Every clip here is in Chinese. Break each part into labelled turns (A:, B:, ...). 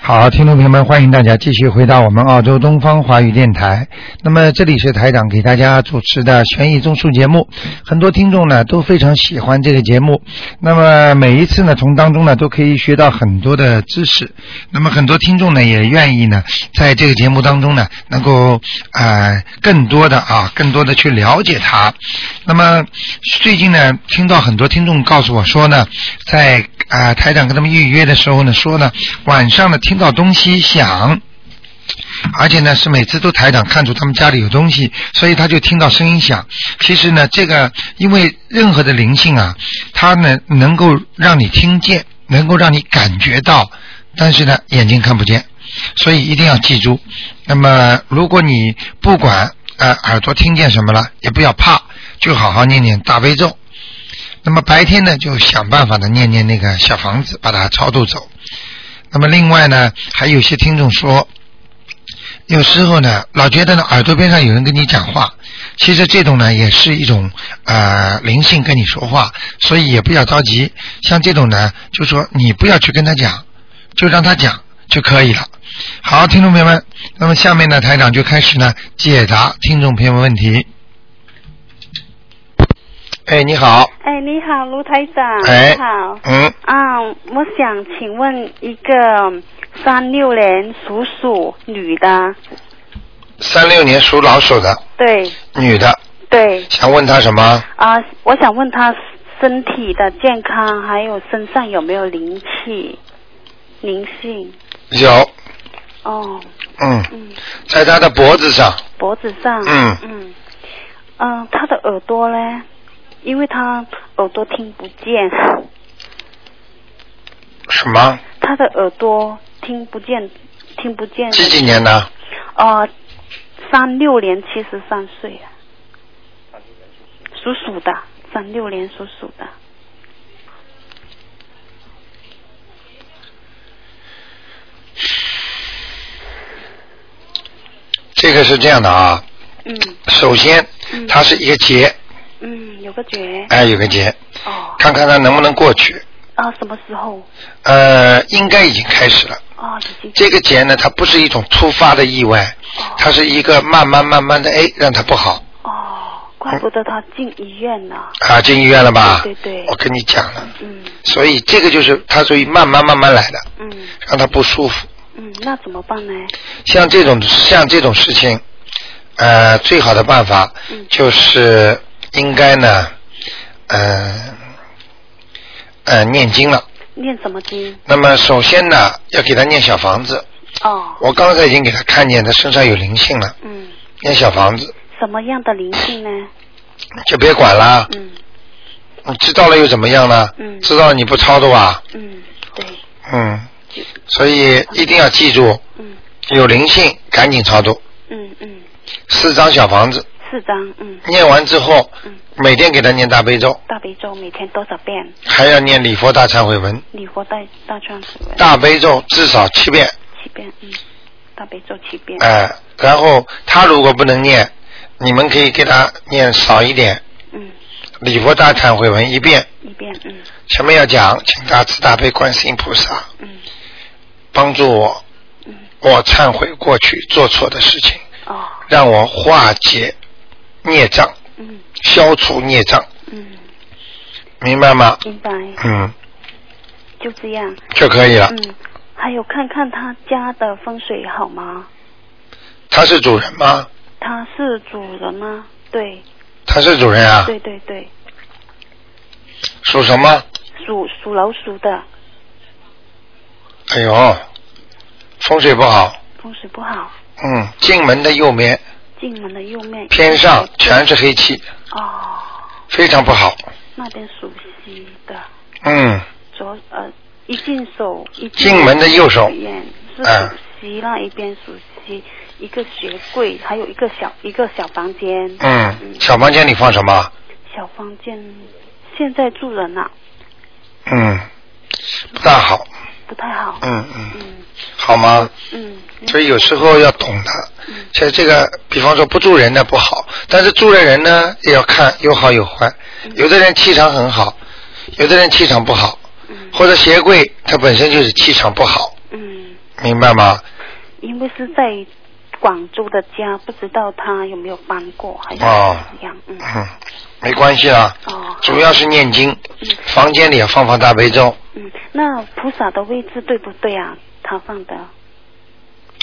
A: 好，听众朋友们，欢迎大家继续回到我们澳洲东方华语电台。那么这里是台长给大家主持的悬疑综述节目，很多听众呢都非常喜欢这个节目。那么每一次呢，从当中呢都可以学到很多的知识。那么很多听众呢也愿意呢，在这个节目当中呢，能够呃更多的啊，更多的去了解它。那么最近呢，听到很多听众告诉我说呢，在啊、呃台长跟他们预约的时候呢，说呢晚上呢听到东西响。而且呢，是每次都台长看出他们家里有东西，所以他就听到声音响。其实呢，这个因为任何的灵性啊，它呢能够让你听见，能够让你感觉到，但是呢眼睛看不见，所以一定要记住。那么如果你不管呃耳朵听见什么了，也不要怕，就好好念念大悲咒。那么白天呢，就想办法的念念那个小房子，把它超度走。那么另外呢，还有些听众说，有时候呢，老觉得呢耳朵边上有人跟你讲话，其实这种呢也是一种呃灵性跟你说话，所以也不要着急。像这种呢，就说你不要去跟他讲，就让他讲就可以了。好，听众朋友们，那么下面呢，台长就开始呢解答听众朋友们问题。哎，你好，
B: 哎，你好，卢台长，
A: 哎
B: 你好。
A: 嗯，
B: 啊，我想请问一个三六年属鼠女的，
A: 三六年属老鼠的
B: 对
A: 女的，
B: 对，
A: 想问她什么？
B: 啊，我想问她身体的健康，还有身上有没有灵气、灵性？
A: 有，
B: 哦，
A: 嗯，
B: 嗯，
A: 在她的脖子上，
B: 脖子上，
A: 嗯
B: 嗯，嗯、她的耳朵呢？因为她耳朵听不见，
A: 什么？
B: 她的耳朵听不见，听不见。
A: 几几年的？
B: 呃，三六年七十三岁啊，属鼠的，三六年属鼠的。
A: 这个是这样的啊，
B: 嗯
A: 首先
B: 嗯
A: 它是一个结，
B: 嗯，有个觉
A: 哎，有个结，
B: 哦
A: 看看它能不能过去。
B: 啊，什么时候
A: 呃，应该已经开始了。
B: 啊？已经
A: 这个结呢，它不是一种突发的意外，它是一个慢慢慢慢的，哎，让它不好
B: 哦，怪不得他进医院了。
A: 啊，进医院了吧？
B: 对对对
A: 我跟你讲了，
B: 嗯
A: 所以这个就是它属于慢慢慢慢来的，
B: 嗯
A: 让它不舒服。
B: 嗯，那怎么办呢？
A: 像这种像这种事情，呃，最好的办法
B: 嗯
A: 就是应该呢，呃，呃，念经了。
B: 念什么经？
A: 那么首先呢，要给他念小房子。
B: 哦，
A: 我刚才已经给他看见他身上有灵性了，
B: 嗯，
A: 念小房子
B: 什么样的灵性呢？
A: 就别管啦。
B: 嗯
A: 你知道了又怎么样呢？
B: 嗯
A: 知道了你不操作啊？
B: 嗯，对，
A: 嗯，所以一定要记住，
B: 嗯
A: 有灵性赶紧操作。
B: 嗯嗯，
A: 四张小房子
B: 四张，嗯
A: 念完之后，
B: 嗯，
A: 每天给他念大悲咒。
B: 大悲咒每天多少遍？
A: 还要念礼佛大忏悔文、
B: 礼佛大大忏悔文。
A: 大悲咒至少七遍，
B: 七遍，嗯，大悲咒七遍，
A: 哎、然后他如果不能念，你们可以给他念少一点，
B: 嗯，
A: 礼佛大忏悔文一遍。
B: 一遍，嗯
A: 前面要讲，请大慈大悲观世音菩萨
B: 嗯
A: 帮助我，
B: 嗯，
A: 我忏悔过去做错的事情，
B: 哦，
A: 让我化解孽障，
B: 嗯
A: 消除孽障，
B: 嗯，
A: 明白吗？
B: 明白，
A: 嗯，
B: 就这样，
A: 就可以了。
B: 嗯，还有看看他家的风水好吗？
A: 他是主人吗？
B: 他是主人吗？对，
A: 他是主人啊，
B: 对对对，
A: 属什么？
B: 属属老鼠的
A: 哎呦，风水不好。
B: 风水不好，
A: 嗯，进门的右面
B: 进门的右面
A: 偏上全是黑气，
B: 哦，
A: 非常不好。
B: 那边属西的
A: 嗯，
B: 左呃一进手一
A: 进门的右手
B: 眼是
A: 嗯
B: 属西那一边属西，一个鞋柜，还有一个小一个小房间。
A: 嗯，小房间里放什么？
B: 小房间现在住人啊了、
A: 嗯，不大好。
B: 不太好。
A: 嗯嗯，
B: 嗯
A: 好吗？
B: 嗯
A: 所以有时候要懂的。像这个，比方说不住人的不好，但是住的人呢，也要看有好有坏。
B: 嗯
A: 有的人气场很好，有的人气场不好，
B: 嗯
A: 或者鞋柜它本身就是气场不好。
B: 嗯
A: 明白吗？
B: 因为是在广州的家，不知道他有没有搬过，还是
A: 哦
B: 怎么样？嗯，
A: 嗯，没关系啊啦，
B: 哦，
A: 主要是念经，房间里也放放大悲咒。
B: 嗯，那菩萨的位置对不对啊？他放的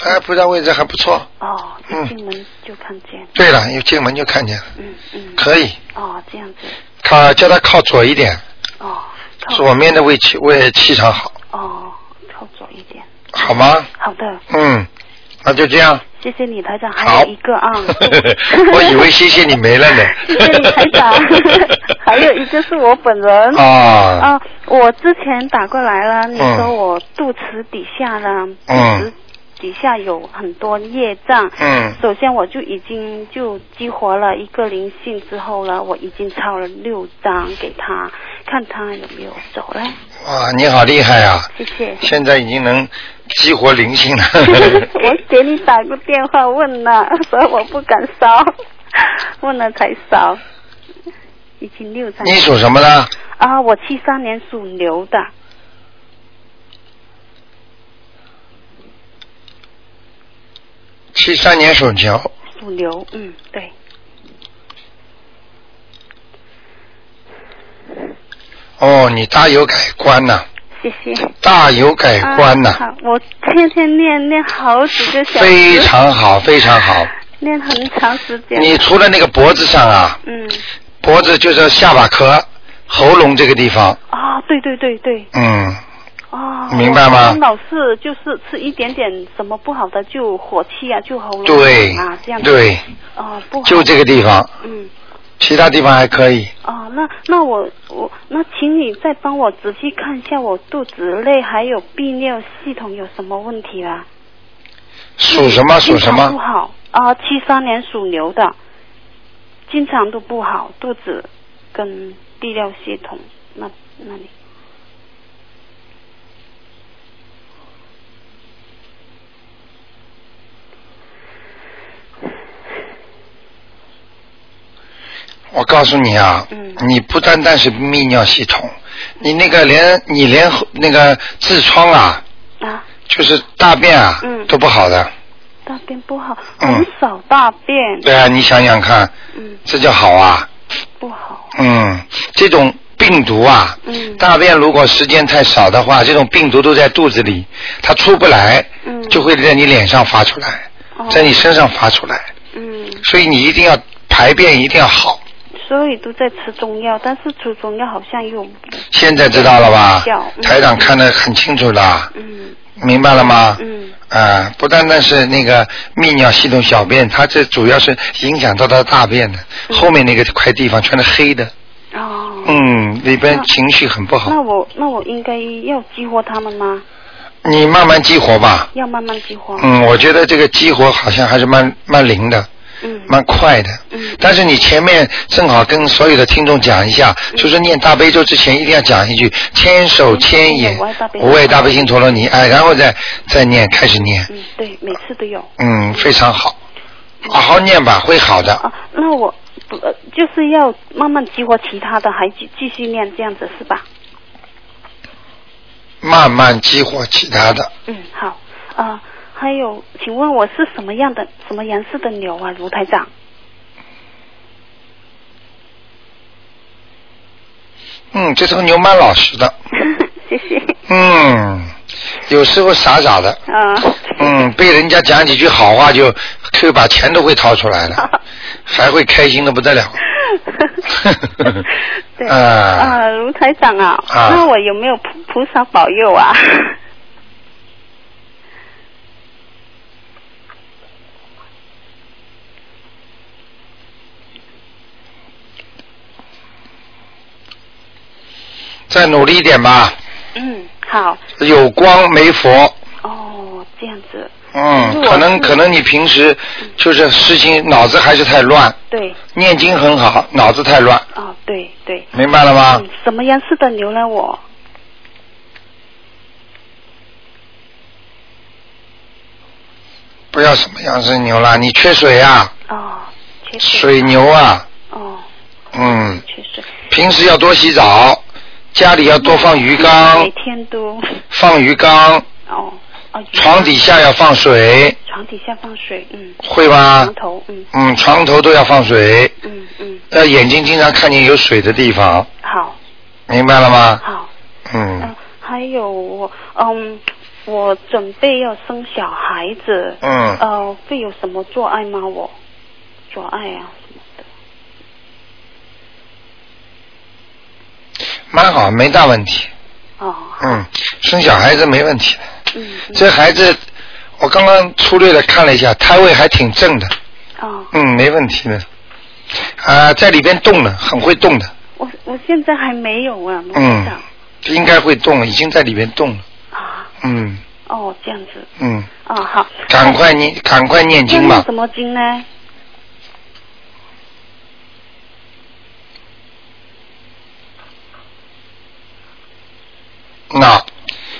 A: 哎，菩萨位置还不错。
B: 哦，
A: 嗯
B: 一进门就看见，
A: 对了，一进门就看见了，
B: 嗯嗯，
A: 可以。
B: 哦，这样子，
A: 他叫他靠左一点，
B: 哦，靠
A: 左面的位气位气场好，
B: 哦，靠左一点，
A: 好吗？
B: 好的，
A: 嗯，那就这样。
B: 谢谢你台长，还
A: 好，
B: 有一个啊
A: 我以为谢谢你没了 呢。
B: 谢谢你台 长，还有一个是我本人。
A: 啊，
B: 啊，我之前打过来了，你
A: 嗯
B: 说我肚脐底下呢，肚
A: 嗯
B: 脐底下有很多业障。
A: 嗯
B: 首先我就已经就激活了一个灵性之后呢，我已经抄了六张给他，看他有没有走嘞。
A: 哇，你好厉害啊！
B: 谢谢。
A: 现在已经能激活灵性了。
B: 我给你打过电话问了，所以我不敢烧， 问了才烧。已经六张
A: 你属什么呢？
B: 啊！我七三年属牛的，
A: 七三年属牛。
B: 属牛，嗯，对，
A: 哦，你大有改观呐、
B: 谢谢。
A: 大有改观呐、
B: 啊好我天天念念好几个小时，
A: 非常好，非常好。
B: 念很长时间。
A: 你除了那个脖子上啊，
B: 嗯，
A: 脖子就是下巴壳、喉咙这个地方，
B: 啊、对对对对，
A: 嗯，
B: 哦，
A: 明白吗
B: 我老是就是吃一点点什么不好的就火气啊，就喉咙
A: 对
B: 啊这样，子，
A: 对，
B: 哦不好，
A: 就这个地方，
B: 嗯。
A: 其他地方还可以。
B: 哦，那那我我那，请你再帮我仔细看一下我肚子内还有泌尿系统有什么问题吧？
A: 属什么？属
B: 经
A: 什
B: 常不
A: 么？
B: 好啊，七三年属牛的，经常都不好，肚子跟泌尿系统那那里。
A: 我告诉你啊，
B: 嗯
A: 你不单单是泌尿系统，你那个连你连后那个痔疮啊，
B: 啊，
A: 就是大便啊，
B: 嗯
A: 都不好的。
B: 大便不好，
A: 嗯
B: 很少大便，
A: 对啊，你想想看，
B: 嗯，
A: 这叫好啊。
B: 不好，
A: 嗯，这种病毒啊，
B: 嗯
A: 大便如果时间太少的话，这种病毒都在肚子里，它出不来，
B: 嗯
A: 就会在你脸上发出来，
B: 哦，
A: 在你身上发出来，
B: 嗯，
A: 所以你一定要排便一定要好。
B: 所以都在吃中药，但是吃中药好像又，
A: 现在知道了吧
B: 要？嗯
A: 台长看得很清楚了，
B: 嗯
A: 明白了吗？
B: 嗯，
A: 啊，不单单是那个泌尿系统小便，它这主要是影响到它的大便的，
B: 嗯
A: 后面那个块地方全是黑的，
B: 哦，
A: 嗯，里边
B: 那
A: 情绪很不好
B: 那。我那我应该要激活他们吗？
A: 你慢慢激活吧。
B: 要慢慢激活。
A: 嗯，我觉得这个激活好像还是蛮蛮灵的，
B: 嗯
A: 蛮快的。
B: 嗯
A: 但是你前面正好跟所有的听众讲一下，就是念大悲咒之前一定要讲一句“千手千眼
B: 嗯我爱大悲咒
A: 无畏大悲心陀罗尼”，哎，然后再再念，开始念，
B: 嗯，对，每次都有。
A: 嗯，非常好，好好念吧，会好的。
B: 啊，那我不呃就是要慢慢激活其他的，还继继续念这样子是吧？
A: 慢慢激活其他的，
B: 嗯，好。啊、还有，请问我是什么样的什么颜色的牛啊，卢台长？
A: 嗯，这头牛蛮老实的，
B: 谢谢。
A: 嗯，有时候傻傻的，
B: 啊、
A: 嗯，被人家讲几句好话就就把钱都会掏出来了，还会开心的不得了。
B: 对
A: 啊
B: 啊，卢台长啊，
A: 啊
B: 那我有没有菩菩萨保佑啊？
A: 再努力一点吧，
B: 嗯，好，
A: 有光没佛。
B: 哦，这样子，
A: 嗯，
B: 是
A: 可能
B: 我是
A: 可能你平时就是事情脑子还是太乱，
B: 对，
A: 念经很好，脑子太乱，
B: 哦，对对，
A: 明白了吗
B: 嗯？，什么颜色的牛呢？我
A: 不要什么样式牛啦，你缺水啊，
B: 哦，缺
A: 水牛啊，
B: 哦，
A: 嗯，
B: 缺水。
A: 平时要多洗澡，家里要多放鱼缸
B: 嗯每，天都
A: 放鱼缸，
B: 哦，哦，
A: 床底下要放水，
B: 床底下放水，嗯，
A: 会吧
B: 床？头，嗯
A: 嗯，床头都要放水，
B: 嗯嗯，
A: 要眼睛经常看见有水的地方，
B: 好，
A: 明白了吗？
B: 好，嗯
A: 嗯，
B: 还有我，嗯，我准备要生小孩子，
A: 嗯，
B: 呃，会有什么做爱吗？我做爱啊什么的，
A: 蛮好，没大问题。
B: 哦，好
A: 嗯，生小孩子没问题的。
B: 嗯，嗯
A: 这孩子，我刚刚粗略的看了一下，胎位还挺正的，
B: 哦，
A: 嗯，没问题的。啊、在里边动呢，很会动的，
B: 我我现在还没有啊，罗
A: 嗯
B: 院长
A: 应该会动了，已经在里边动了。
B: 啊，
A: 嗯
B: 哦，这样子，
A: 嗯，
B: 啊，好，
A: 赶快念，赶快念
B: 要
A: 经
B: 念
A: 吧
B: 什。么经呢？嗯
A: 那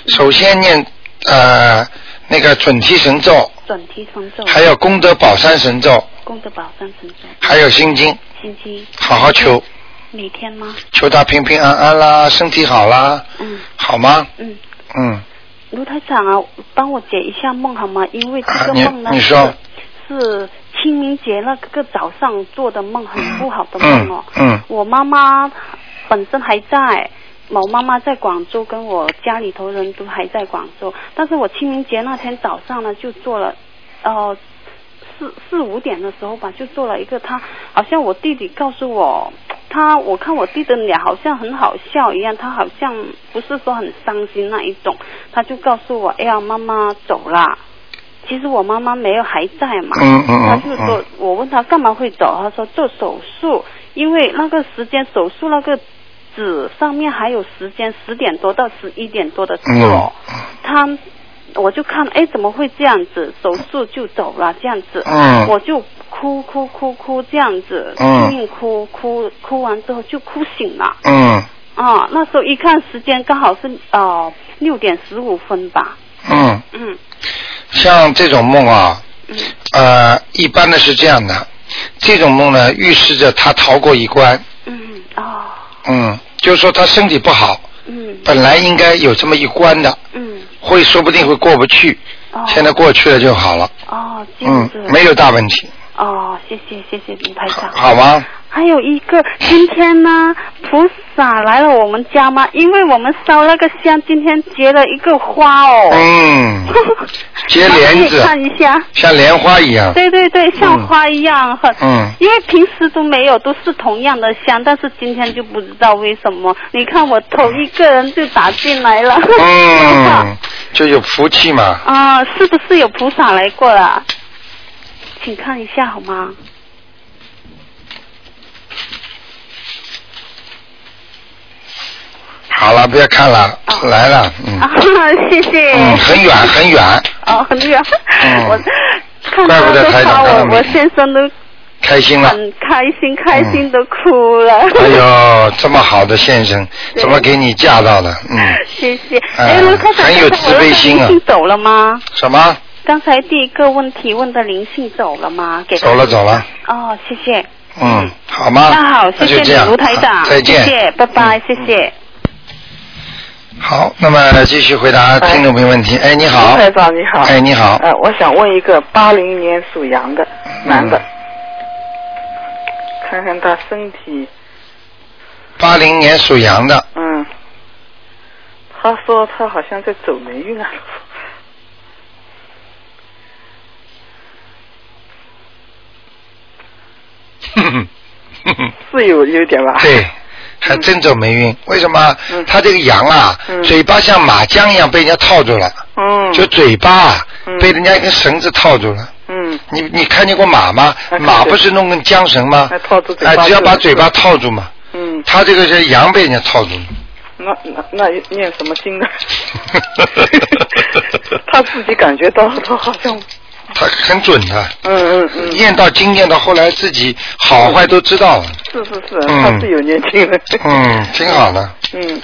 A: 首先念呃那个准提神咒，
B: 准提神咒，
A: 还有功德宝山神咒，
B: 功德宝山神咒，
A: 还有心经，
B: 心经，
A: 好好求，
B: 每天吗？
A: 求他平平安安啦，身体好啦，
B: 嗯
A: 好吗？
B: 嗯，
A: 嗯，
B: 卢台长啊，帮我解一下梦好吗？因为这
A: 啊
B: 个
A: 你
B: 梦呢、
A: 你说
B: 是是清明节那个早上做的梦，很不好的梦
A: 嗯
B: 哦。
A: 嗯
B: 我妈妈本身还在，我妈妈在广州，跟我家里头人都还在广州。但是我清明节那天早上呢，就做了，呃，四四五点的时候吧，就做了一个他，好像我弟弟告诉我，他我看我弟的脸好像很好笑一样，他好像不是说很伤心那一种，他就告诉我，哎呀，妈妈走了。其实我妈妈没有还在嘛，
A: 嗯嗯
B: 他
A: 嗯
B: 就说
A: 嗯，
B: 我问他干嘛会走，他说做手术，因为那个时间手术那个纸上面还有时间，十点多到十一点多的时候，
A: 嗯
B: 他我就看，哎，怎么会这样子？手术就走了这样子，
A: 嗯
B: 我就哭哭哭哭这样子，
A: 嗯
B: 拼命哭哭哭完之后就哭醒了，
A: 嗯
B: 啊，那时候一看时间刚好是呃六点十五分吧，
A: 嗯，
B: 嗯
A: 像这种梦啊，
B: 嗯
A: 呃，一般的是这样的，这种梦呢预示着他逃过一关，
B: 嗯哦
A: 嗯，就是说他身体不好，
B: 嗯
A: 本来应该有这么一关的，
B: 嗯
A: 会说不定会过不去，
B: 哦
A: 现在过去了就好了，
B: 哦这样
A: 嗯
B: 子、，
A: 没有大问题，
B: 哦，谢谢谢谢卢台长。
A: 好吗？
B: 还有一个，今天呢，菩萨来了我们家吗？因为我们烧那个香，今天结了一个花哦。
A: 嗯，结
B: 可
A: 莲
B: 以
A: 子，
B: 看一下，
A: 像莲花一样，
B: 对对对，像花一样很。
A: 嗯
B: 因为平时都没有，都是同样的香，但是今天就不知道为什么。你看我头一个人就打进来 了。
A: 嗯，就有福气嘛，
B: 啊、是不是有菩萨来过了？请看一下好吗？
A: 好了，不要看了，
B: 哦
A: 来了，嗯
B: 啊，谢谢。
A: 嗯，很远很远，
B: 哦，很远。
A: 嗯
B: 我看
A: 怪
B: 到
A: 不得
B: 都
A: 台长
B: 夸
A: 看到
B: 我，
A: 没
B: 我先生都
A: 开心了。
B: 很开心，开心都哭了。
A: 哎呦，这么好的先生，
B: 对
A: 怎么给你嫁到了？嗯，
B: 谢谢。
A: 哎
B: 哎，卢科长，
A: 很有
B: 刚才我
A: 慈悲
B: 那个
A: 心啊
B: 灵性走了吗？
A: 什么？
B: 刚才第一个问题问的灵性走了吗？给他
A: 走了。走了，
B: 哦，谢谢。
A: 嗯，好吗？
B: 那好，谢
A: 就
B: 谢
A: 这
B: 你，
A: 样
B: 卢台长
A: 好。再见。嗯
B: 谢谢，拜拜，谢谢。
A: 好，那么继续回答听众朋友问题。哎，你好
C: 卢。台长你好。
A: 哎，你好。嗯
C: 呃，我想问一个八零年属羊的男的，看看他身体。
A: 八零年属羊的，
C: 嗯，他说他好像在走霉运啊。
A: 哼哼哼哼
C: 是有有点吧？。
A: 对，还真走霉运。为什么
C: 嗯？
A: 他这个羊啊，
C: 嗯
A: 嘴巴像马缰一样被人家套住了，
C: 嗯。
A: 就嘴巴啊
C: 嗯
A: 被人家一根绳子套住了。
C: 嗯
A: 你你看见过马吗？
C: 看见
A: 马不是弄根缰绳吗
C: 哎？套住嘴巴
A: 哎，只要
C: 就
A: 把嘴巴套住嘛。
C: 嗯，
A: 他这个是羊被人家套住了。
C: 那那那念什么经呢？ 他自己感觉到他好像，
A: 他很准的，
C: 嗯嗯嗯，
A: 念到经念到后来自己好坏都知道了。
C: 是是是，他是有念经的。
A: 嗯，挺好的。
C: 嗯，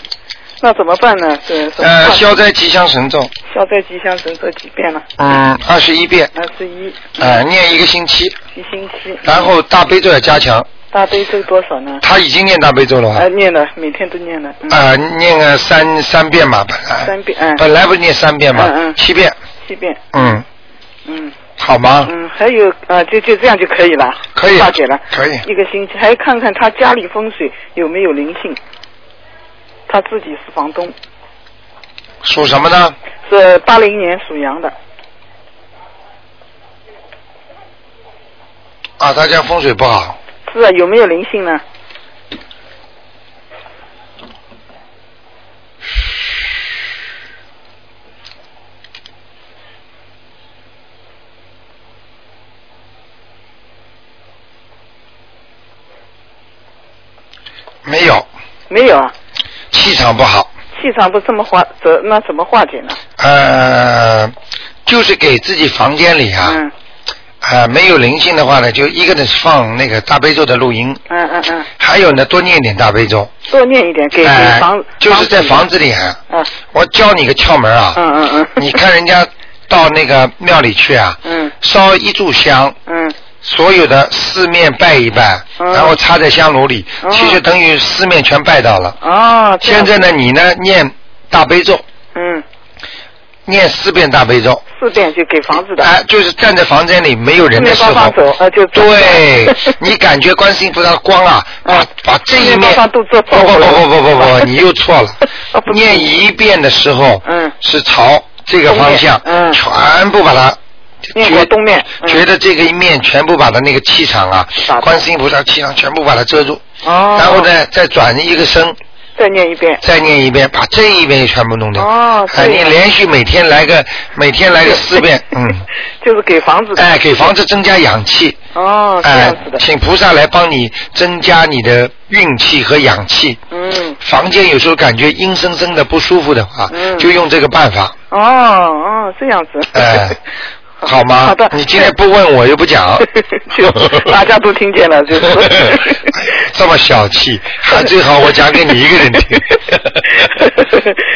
C: 那怎么办呢？是什么
A: 呃，
C: 办
A: 消灾吉祥神咒，
C: 消灾吉祥神咒几遍了？
A: 嗯，二十一遍，
C: 二十一，
A: 呃，念一个星期，
C: 一星期。
A: 然后大悲咒要加强。
C: 大悲咒多少呢？
A: 他已经念大悲咒了吧
C: 呃，？念了，每天都念了。嗯
A: 啊啊、念个三三遍嘛，本来
C: 三遍嗯
A: 本来不是念三遍嘛，
C: 嗯嗯
A: 七遍，
C: 七遍。
A: 嗯，
C: 嗯
A: 好吗？
C: 嗯，还有啊、呃就就这样就可以了，
A: 可以嗯
C: 化解了，
A: 可以
C: 一个星期，还看看他家里风水有没有灵性。他自己是房东，
A: 属什么呢？
C: 是八零年属羊的，
A: 啊，他家风水不好，
C: 是啊，有没有灵性呢？
A: 没有，
C: 没有啊，
A: 气场不好，
C: 气场不这么化，怎那怎么化解呢？
A: 呃，就是给自己房间里啊，
C: 嗯
A: 呃，没有灵性的话呢，就一个呢是放那个大悲咒的录音，
C: 嗯嗯嗯，
A: 还有呢多念点大悲咒，
C: 多念一点，给给
A: 哎、
C: 房、
A: 就是在房子
C: 子
A: 里啊。
C: 里面，
A: 我教你个窍门啊，
C: 嗯嗯嗯嗯，
A: 你看人家到那个庙里去啊，
C: 嗯
A: 烧一炷香，
C: 嗯
A: 所有的四面拜一拜，
C: 嗯
A: 然后插在香炉里，
C: 哦
A: 其实等于四面全拜到了。
C: 哦，这样
A: 现在呢，你呢念大悲咒，
C: 嗯
A: 念四遍大悲咒，
C: 四遍就给房子的，
A: 哎、就是站在房间里没有人的时
C: 四面八
A: 候
C: 方走，呃就走
A: 对 你感觉观世音菩萨的光 啊，把
C: 嗯
A: 把这一
C: 四面
A: 面
C: 八方都遮
A: 不
C: 住
A: 不不
C: 了
A: 不不不不，你又错了
C: 哦不，是
A: 念一遍的时候，
C: 嗯
A: 是朝这个方向，
C: 东面嗯
A: 全部把它。
C: 面
A: 觉
C: 朝东面嗯
A: 觉得这个一面全部把它那个气场啊
C: 打，住
A: 观世音菩萨气场全部把它遮住，
C: 哦，
A: 然后呢再转一个身，
C: 再念一遍，
A: 再念一遍，把这一遍也全部弄掉。
C: 哦
A: 哎，
C: 对
A: 你连续每天来个，每天来个四 遍，嗯，
C: 就是给房子的，
A: 哎，给房子增加氧气，
C: 哦，这
A: 哎
C: 样子，的，
A: 请菩萨来帮你增加你的运气和氧气。
C: 嗯，
A: 房间有时候感觉阴森森的不舒服的话，
C: 嗯
A: 就用这个办法，
C: 哦哦，这样子，
A: 哎好吗？
C: 好的，，
A: 你今天不问我又不讲
C: 就大家都听见了，就是。
A: 这么小气，还最好我讲给你一个人听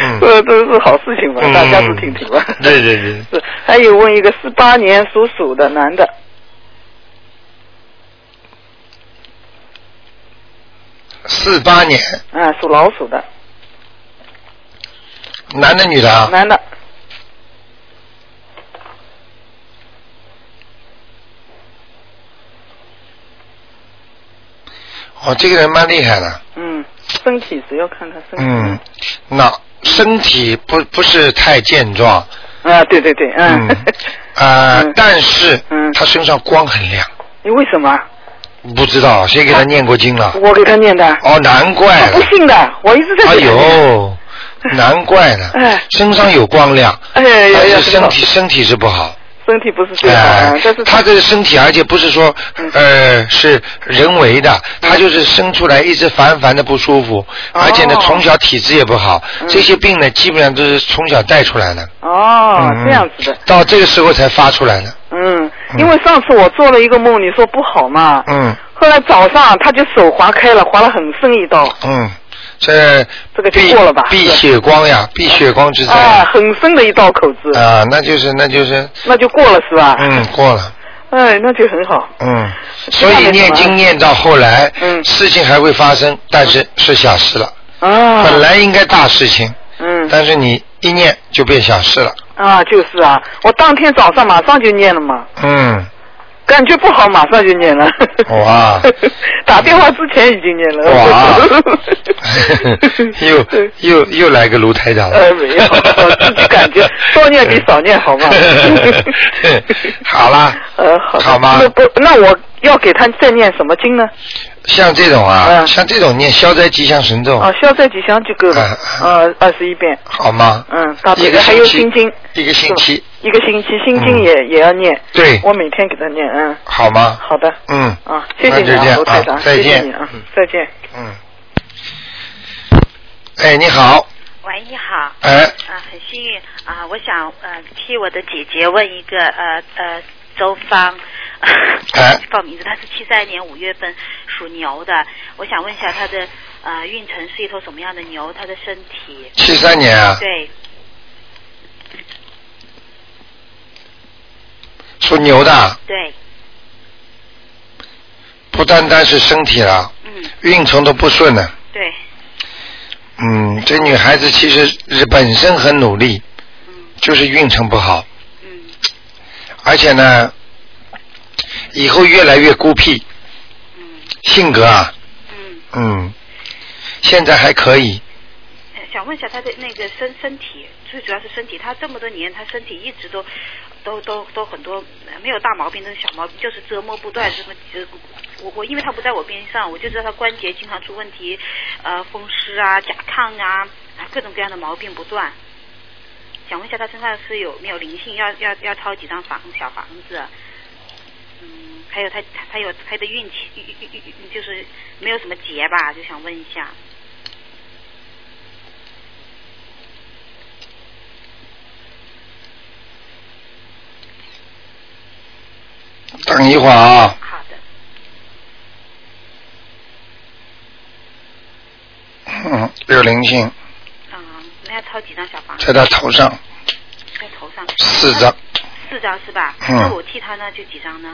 A: 嗯
C: 这都是好事情嘛，
A: 嗯
C: 大家都听听吧。
A: 对对对
C: 是，还有问一个四八年属鼠的男的，
A: 四八年，
C: 啊，属老鼠的，
A: 男的女的啊？
C: 男的，
A: 哦，这个人蛮厉害的，
C: 嗯，身体只要看他身体。
A: 嗯，脑身体不不是太健壮，
C: 啊，对对对，嗯
A: 嗯，啊、
C: 嗯
A: 但是
C: 嗯
A: 他身上光很亮，
C: 你为什么？
A: 不知道谁给他念过经了？啊
C: 我给他念的，
A: 哦，难
C: 我
A: 怪了
C: 哦不，信的，我一直 在
A: 哎
C: 给他念。
A: 呦， 难怪呢
C: 哎，
A: 身上有光亮，
C: 哎呀呀
A: 但
C: 呀，
A: 是身体
C: 真好
A: 身体是不好。
C: 身体不是最好，
A: 哎
C: 啊，但是
A: 他的身体，而且不是说
C: 嗯
A: 呃是人为的，他就是生出来一直烦烦的不舒服，而且呢
C: 哦
A: 从小体质也不好，
C: 嗯
A: 这些病呢基本上都是从小带出来的。
C: 哦，
A: 嗯
C: 这样子的，
A: 到这个时候才发出来的。
C: 嗯，
A: 嗯
C: 因为上次我做了一个梦，你说不好嘛，
A: 嗯
C: 后来早上他就手划开了，划了很深一刀，
A: 嗯，这
C: 这个就
A: 避
C: 过了吧
A: 避
C: 是
A: 血光呀，避血光之灾
C: 啊，
A: 啊
C: 很深的一道口子，
A: 那就是那就是
C: 那就过了是吧？
A: 嗯过了。
C: 哎，那就很好，
A: 嗯，
C: 其
A: 所
C: 他
A: 以
C: 没什
A: 念
C: 么
A: 经念到后来，
C: 嗯
A: 事情还会发生，但是是小事了。
C: 啊，
A: 本来应该大事情，
C: 嗯
A: 但是你一念就变小事了。
C: 啊，就是啊，我当天早上马上就念了嘛，
A: 嗯，
C: 感觉不好，马上就念了。
A: 哇！
C: 打电话之前已经念了。，
A: 哇又又又来个卢台长了。
C: 呃没有我自己感 觉多念比少念好吗
A: 好啦，
C: 呃，好的。
A: 好吗
C: 那？不，那我要给他再念什么经呢？
A: 像这种啊，
C: 嗯
A: 像这种念消灾吉祥神咒，
C: 啊，消灾吉祥就够了
A: 嗯。
C: 呃，二十一遍。
A: 好吗？
C: 嗯，大悲
A: 一个
C: 咒还有
A: 星期
C: 心经。
A: 一个星期，
C: 一个星期，心经也、也要念。
A: 嗯对，
C: 我每天给他念，嗯，
A: 好吗？
C: 好的。
A: 嗯，
C: 啊，谢谢你
A: 那就这
C: 啊，
A: 样
C: 罗台长，
A: 啊再见
C: 谢谢你啊
A: 嗯，
C: 再见。
A: 嗯。哎，你好，
D: 喂，你好，
A: 哎，
D: 啊，很幸运啊，我想呃替我的姐姐问一个呃呃周芳，
A: 哎
D: 报名字，她是七三年五月份属牛的，我想问一下她的呃运程是一头什么样的牛，她的身体，
A: 七三年啊，
D: 对，
A: 属牛的，
D: 对，
A: 不单单是身体了，
D: 嗯，
A: 运程都不顺了。
D: 对，
A: 嗯，这女孩子其实是本身很努力，
D: 嗯
A: 就是运程不好。而且呢，以后越来越孤僻，
D: 嗯
A: 性格啊，
D: 嗯，
A: 嗯，现在还可以，
D: 呃想问一下他的那个身身体，最主要是身体，他这么多年他身体一直都都都都很多呃没有大毛病，都是小毛病，就是折磨不断，什么呃我我因为他不在我边上，我就知道他关节经常出问题，呃风湿啊、甲亢啊，啊各种各样的毛病不断。想问一下他身上是有没有灵性？要要要抄几张房小房子？啊嗯，还有他他他有他的运气，运运运运就是没有什么劫吧，就想问一下。
A: 等一会儿啊，
D: 好的。
A: 嗯，有灵性
D: 嗯，那要抄几张小房子
A: 在他头上
D: 在头上？
A: 四张，
D: 四张是吧？
A: 嗯
D: 那我替他呢，就几张呢？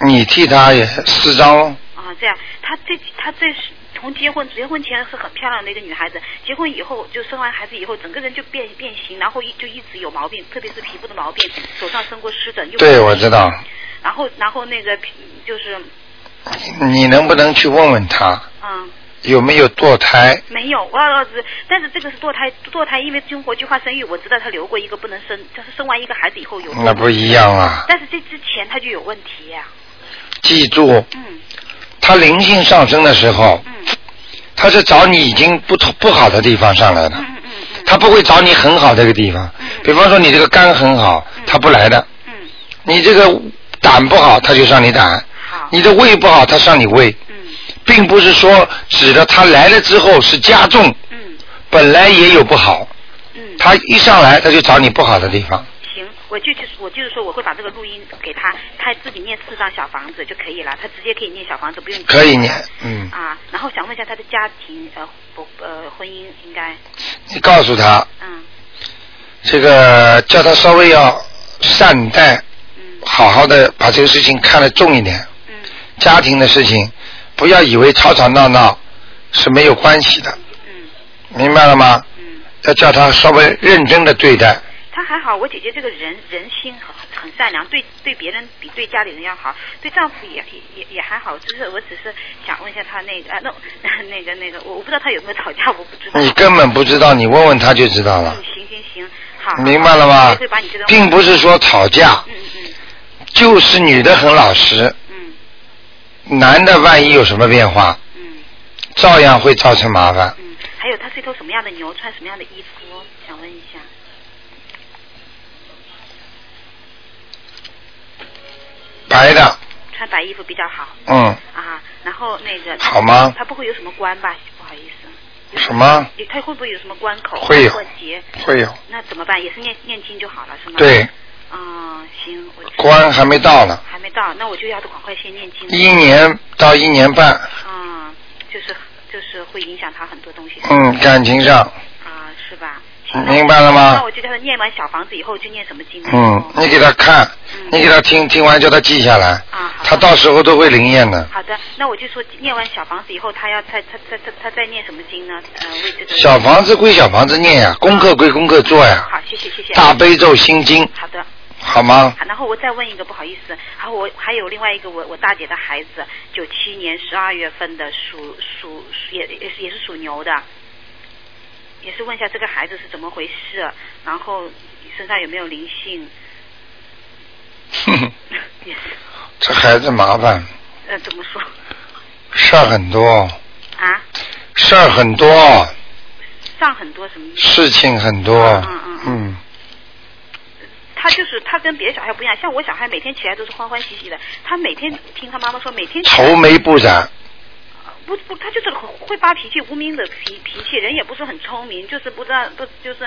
A: 你替他也四张咯，
D: 啊，这样，他这他这是从结婚结婚前是很漂亮的一个女孩子，结婚以后就生完孩子以后，整个人就变变形，然后一就一直有毛病，特别是皮肤的毛病，手上生过湿疹。又
A: 对，我知道。
D: 然后然后那个皮就是
A: 你你能不能去问问他
D: 嗯。
A: 有没有堕胎？
D: 没有，我儿子，但是这个是堕胎，堕胎因为中国计划生育，我知道他留过一个不能生，就是生完一个孩子以后有。
A: 那不一样啊！
D: 但是这之前他就有问题呀、
A: 记住，
D: 嗯
A: 他灵性上升的时候，
D: 嗯
A: 他是找你已经不不好的地方上来的，
D: 嗯嗯嗯
A: 他不会找你很好这个地方。比方说你这个肝很好，他不来的；
D: 嗯，
A: 你这个胆不好，他就上你胆；
D: 好，
A: 你的胃不好，他上你胃，
D: 嗯
A: 并不是说指着他来了之后是加重，
D: 嗯
A: 本来也有不好，
D: 嗯，
A: 他一上来他就找你不好的地方。
D: 行，我就就是我就是说我会把这个录音给他，他自己念四张小房子就可以了，他直接可以念小房子，不用
A: 可以念，嗯，
D: 啊。然后想问一下他的家庭呃不呃婚姻应该
A: 你告诉他
D: 嗯
A: 这个，叫他稍微要善待，
D: 嗯
A: 好好的把这个事情看得重一点，
D: 嗯
A: 家庭的事情，不要以为吵吵闹闹是没有关系的，
D: 嗯
A: 明白了吗？
D: 嗯，
A: 要叫他稍微认真的对待，
D: 他还好，我姐姐这个人人心很很善良，对对别人比对家里人要好，对丈夫也也也也还好，就是我只是想问一下他那个啊那 那个那个我我不知道他有没有吵架，我不知道。
A: 你根本不知道，你问问他就知道了
D: 嗯，，行行行，好，
A: 明白了吗
D: 我会把你这个，
A: 并不是说吵架，
D: 嗯嗯
A: 就是女的很老实，
D: 嗯
A: 男的万一有什么变化，
D: 嗯
A: 照样会造成麻烦。
D: 嗯，还有他是一头什么样的牛，穿什么样的衣服，想问一下。
A: 白的，
D: 穿白衣服比较好
A: 嗯，
D: 啊，然后那个
A: 好吗
D: 他不会有什么关吧？不好意思。
A: 什么
D: 有？他会不会有什么关口？啊
A: 会有
D: 过节，
A: 会有，
D: 那怎么办？也是念念经就好了，是吗？。
A: 对，
D: 嗯，行，我
A: 关还没到呢，
D: 还没到，那我就要赶快先念经。
A: 一年到一年半，
D: 嗯，就是就是会影响他很多东西。
A: 嗯，感情上，
D: 啊，是吧？哎
A: 嗯明白了吗
D: 那我就叫他念完小房子以后就念什么经呢？哦嗯
A: 嗯，你给他看，你给他听，听完叫他记下来，
D: 啊，好
A: 他到时候都会灵验的。
D: 好的，那我就说念完小房子以后，他要再他他他他再念什么经呢？呃，为这个
A: 小房子归小房子念呀，功课归功课做呀。
D: 好，谢谢谢谢。
A: 大悲咒心经，
D: 好的，
A: 好吗？
D: 好然后我再问一个，不好意思，然后我还有另外一个我我大姐的孩子，九七年十二月份的属属属也也是也是属牛的，也是问一下这个孩子是怎么回事，然后身上有没有灵性，
A: 哼哼
D: 也是
A: 这孩子麻烦，
D: 呃怎么说
A: 事儿很多，
D: 啊？
A: 事儿很多，
D: 上很多什么意思？
A: 事情很多
D: 嗯嗯。
A: 嗯，
D: 他就是他跟别的小孩不一样，像我小孩每天起来都是欢欢喜喜的，他每天听他妈妈说，每天起来
A: 愁眉不展，
D: 不不，他就是很会发脾气，无名的脾脾气，人也不是很聪明，就是不知道不就是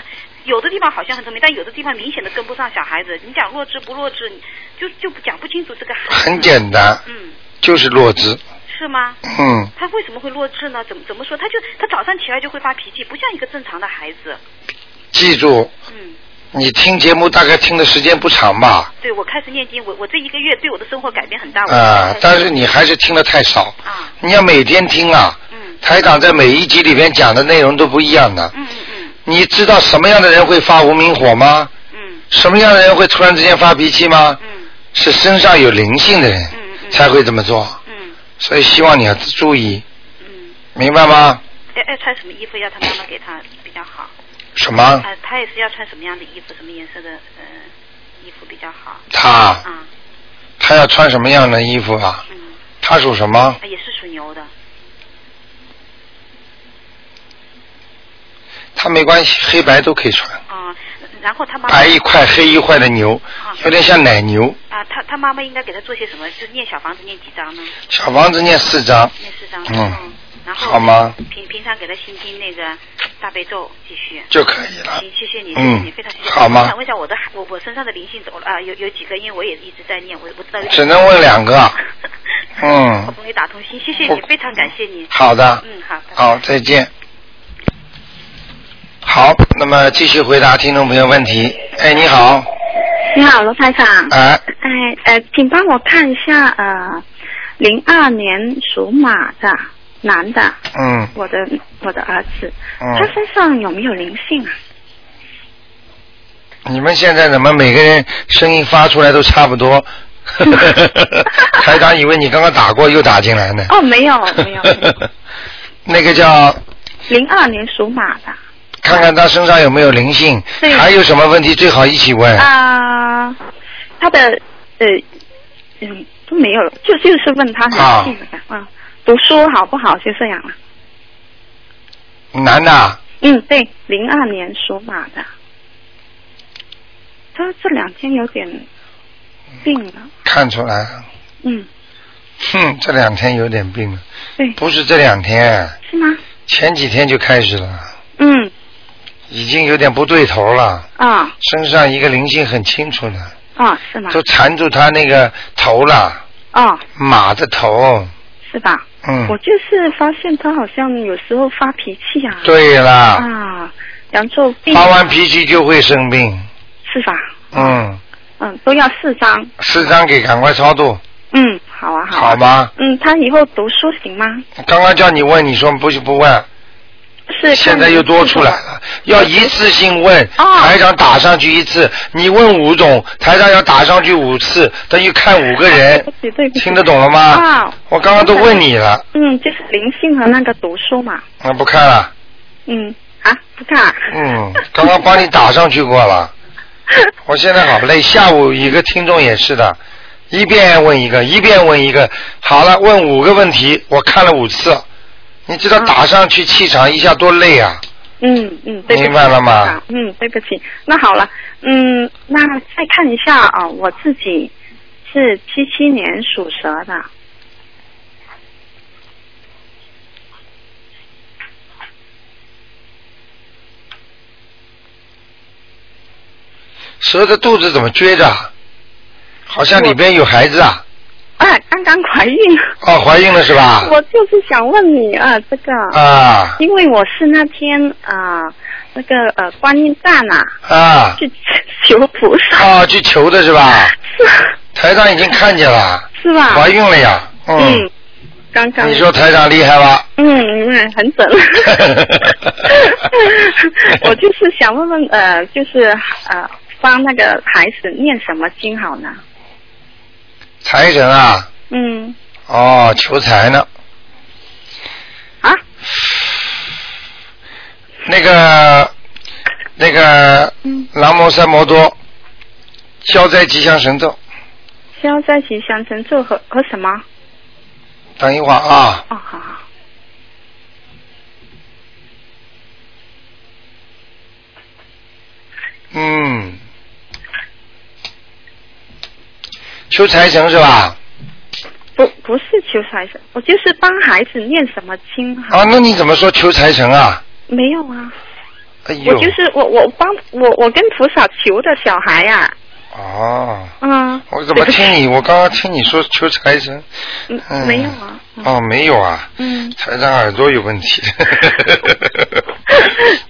D: 有的地方好像很聪明，但有的地方明显的跟不上小孩子。你讲弱智不弱智，你就就讲不清楚这个孩子。
A: 很简单，
D: 嗯，
A: 就是弱智。
D: 是吗？
A: 嗯，
D: 他为什么会弱智呢？怎么怎么说？他就他早上起来就会发脾气，不像一个正常的孩子。
A: 记住，
D: 嗯，
A: 你听节目大概听的时间不长吧？
D: 对我开始念经，我我这一个月对我的生活改变很大。我
A: 啊、
D: 开始
A: 但是你还是听的太少，
D: 啊，
A: 你要每天听啊。
D: 嗯
A: 台长在每一集里边讲的内容都不一样的。
D: 嗯嗯
A: 你知道什么样的人会发无名火吗？
D: 嗯
A: 什么样的人会突然之间发脾气吗
D: 嗯？嗯
A: 是身上有灵性的人
D: 嗯嗯
A: 才会这么做，
D: 嗯
A: 所以希望你要注意，
D: 嗯，
A: 明白吗？
D: 哎哎，穿什么衣服要他妈妈给他比较好？
A: 什么？
D: 啊，他也是要穿什么样的衣服，什么颜色的呃衣服比较好？
A: 他
D: 啊，
A: 他要穿什么样的衣服啊？
D: 嗯，
A: 他属什么
D: 啊？也是属牛的，
A: 他没关系，黑白都可以穿，
D: 啊，然后他妈妈
A: 白一块黑一块的牛，有点像奶牛。
D: 啊，他他妈妈应该给他做些什么？就是念小房子念几张呢？
A: 小房子念四张，
D: 念四张。
A: 嗯
D: 然后
A: 好吗？
D: 平平常给他心经那个大悲咒继续。
A: 就可以了
D: 行，。谢谢你，谢谢
A: 嗯
D: 你，非常谢谢。
A: 好吗
D: 我想问一下我的孩我我身上的灵性走了啊，有有几个，因为我也一直在念，我我知道有。。
A: 只能问两个 嗯
D: 好不容易打通心，谢谢你，
A: 不
D: 非常感谢你。
A: 好的。
D: 嗯，好的。
A: 好，再见。好，那么继续回答听众朋友问题。哎，你好，
E: 你好，罗台长。
A: 哎，
E: 哎呃，请帮我看一下呃，零二年属马的男的，
A: 嗯
E: 我的我的儿子，他
A: 嗯，
E: 身上有没有灵性啊？
A: 你们现在怎么每个人声音发出来都差不多？ 台长以为你刚刚打过又打进来呢。
E: 哦，没有没有，
A: 那个叫
E: 零二年属马的
A: 看看他身上有没有灵性，
E: 对
A: 还有什么问题最好一起问。
E: 啊、他的呃嗯都没有了，就就是问他
A: 啊
E: 灵性的啊，读书好不好就这样了。
A: 男的啊，
E: 嗯，对，零二年属马的，他这两天有点病了，
A: 看出来了，
E: 嗯，
A: 哼，这两天有点病了，
E: 对，
A: 不是这两天，
E: 是吗？
A: 前几天就开始了。
E: 嗯
A: 已经有点不对头了，
E: 啊
A: 身上一个灵性很清楚了，
E: 啊，是吗？
A: 都缠住他那个头了，
E: 啊，
A: 马的头。
E: 是吧？
A: 嗯，
E: 我就是发现他好像有时候发脾气啊，
A: 对了，
E: 啊，然后病
A: 发完脾气就会生病。
E: 是吧？
A: 嗯，
E: 嗯，都要四张，
A: 四张给赶快超度，
E: 嗯，好啊好啊，
A: 好吗？
E: 嗯，他以后读书行吗？
A: 刚刚叫你问，你说不不问，
E: 是看
A: 现在又多出来了，要一次性问，
E: 哦
A: 台长打上去一次，你问五种，台长要打上去五次，等于看五个
E: 对
A: 人
E: 不，起对不起，
A: 哎听得懂了吗？
E: 啊？
A: 我刚刚都问你了，
E: 嗯，就是灵性和那个读书嘛，
A: 那不看了。
E: 嗯啊，不看啊，
A: 嗯，刚刚 帮你打上去过了。我现在好累，下午一个听众也是的，一遍问一个，一遍问一个，好了，问五个问题，我看了五次，你知道打上去气场一下多累啊！
E: 嗯嗯，对不起
A: 明白了吗
E: 啊嗯，对不起。那好了，嗯，那再看一下啊、我自己是七七年属蛇的，
A: 蛇的肚子怎么撅着啊？好像里边有孩子啊！
E: 啊，刚刚怀孕。
A: 哦，怀孕了是吧？
E: 我就是想问你啊，这个，
A: 啊
E: 因为我是那天啊、那个呃观音站啊
A: 啊
E: 去求菩萨，
A: 啊！去求的是吧？
E: 是
A: 台长已经看见了，
E: 是吧？
A: 怀孕了呀！
E: 嗯，刚刚
A: 你说台长厉害吧？
E: 嗯嗯很准。我就是想问问呃，就是呃帮那个孩子念什么经好呢？
A: 财神啊！
E: 嗯
A: 哦，求财呢。
E: 啊
A: 那个那个
E: 嗯，
A: 南摩三摩多消灾吉祥神咒，
E: 消灾吉祥神咒和和什么？
A: 等一会儿啊，
E: 哦好好。
A: 嗯，求财神是吧？
E: 不不是求财神，我就是帮孩子念什么经好。
A: 啊，那你怎么说求财神啊？
E: 没有啊，
A: 哎
E: 我
A: 呦，
E: 就是我我帮我我跟菩萨求的小孩呀、
A: 哦，
E: 嗯。
A: 我怎么
E: 对不起
A: 听你？我刚刚听你说求财神，嗯
E: 嗯，没有啊。嗯
A: 哦，没有啊，
E: 嗯，
A: 台长耳朵有问题。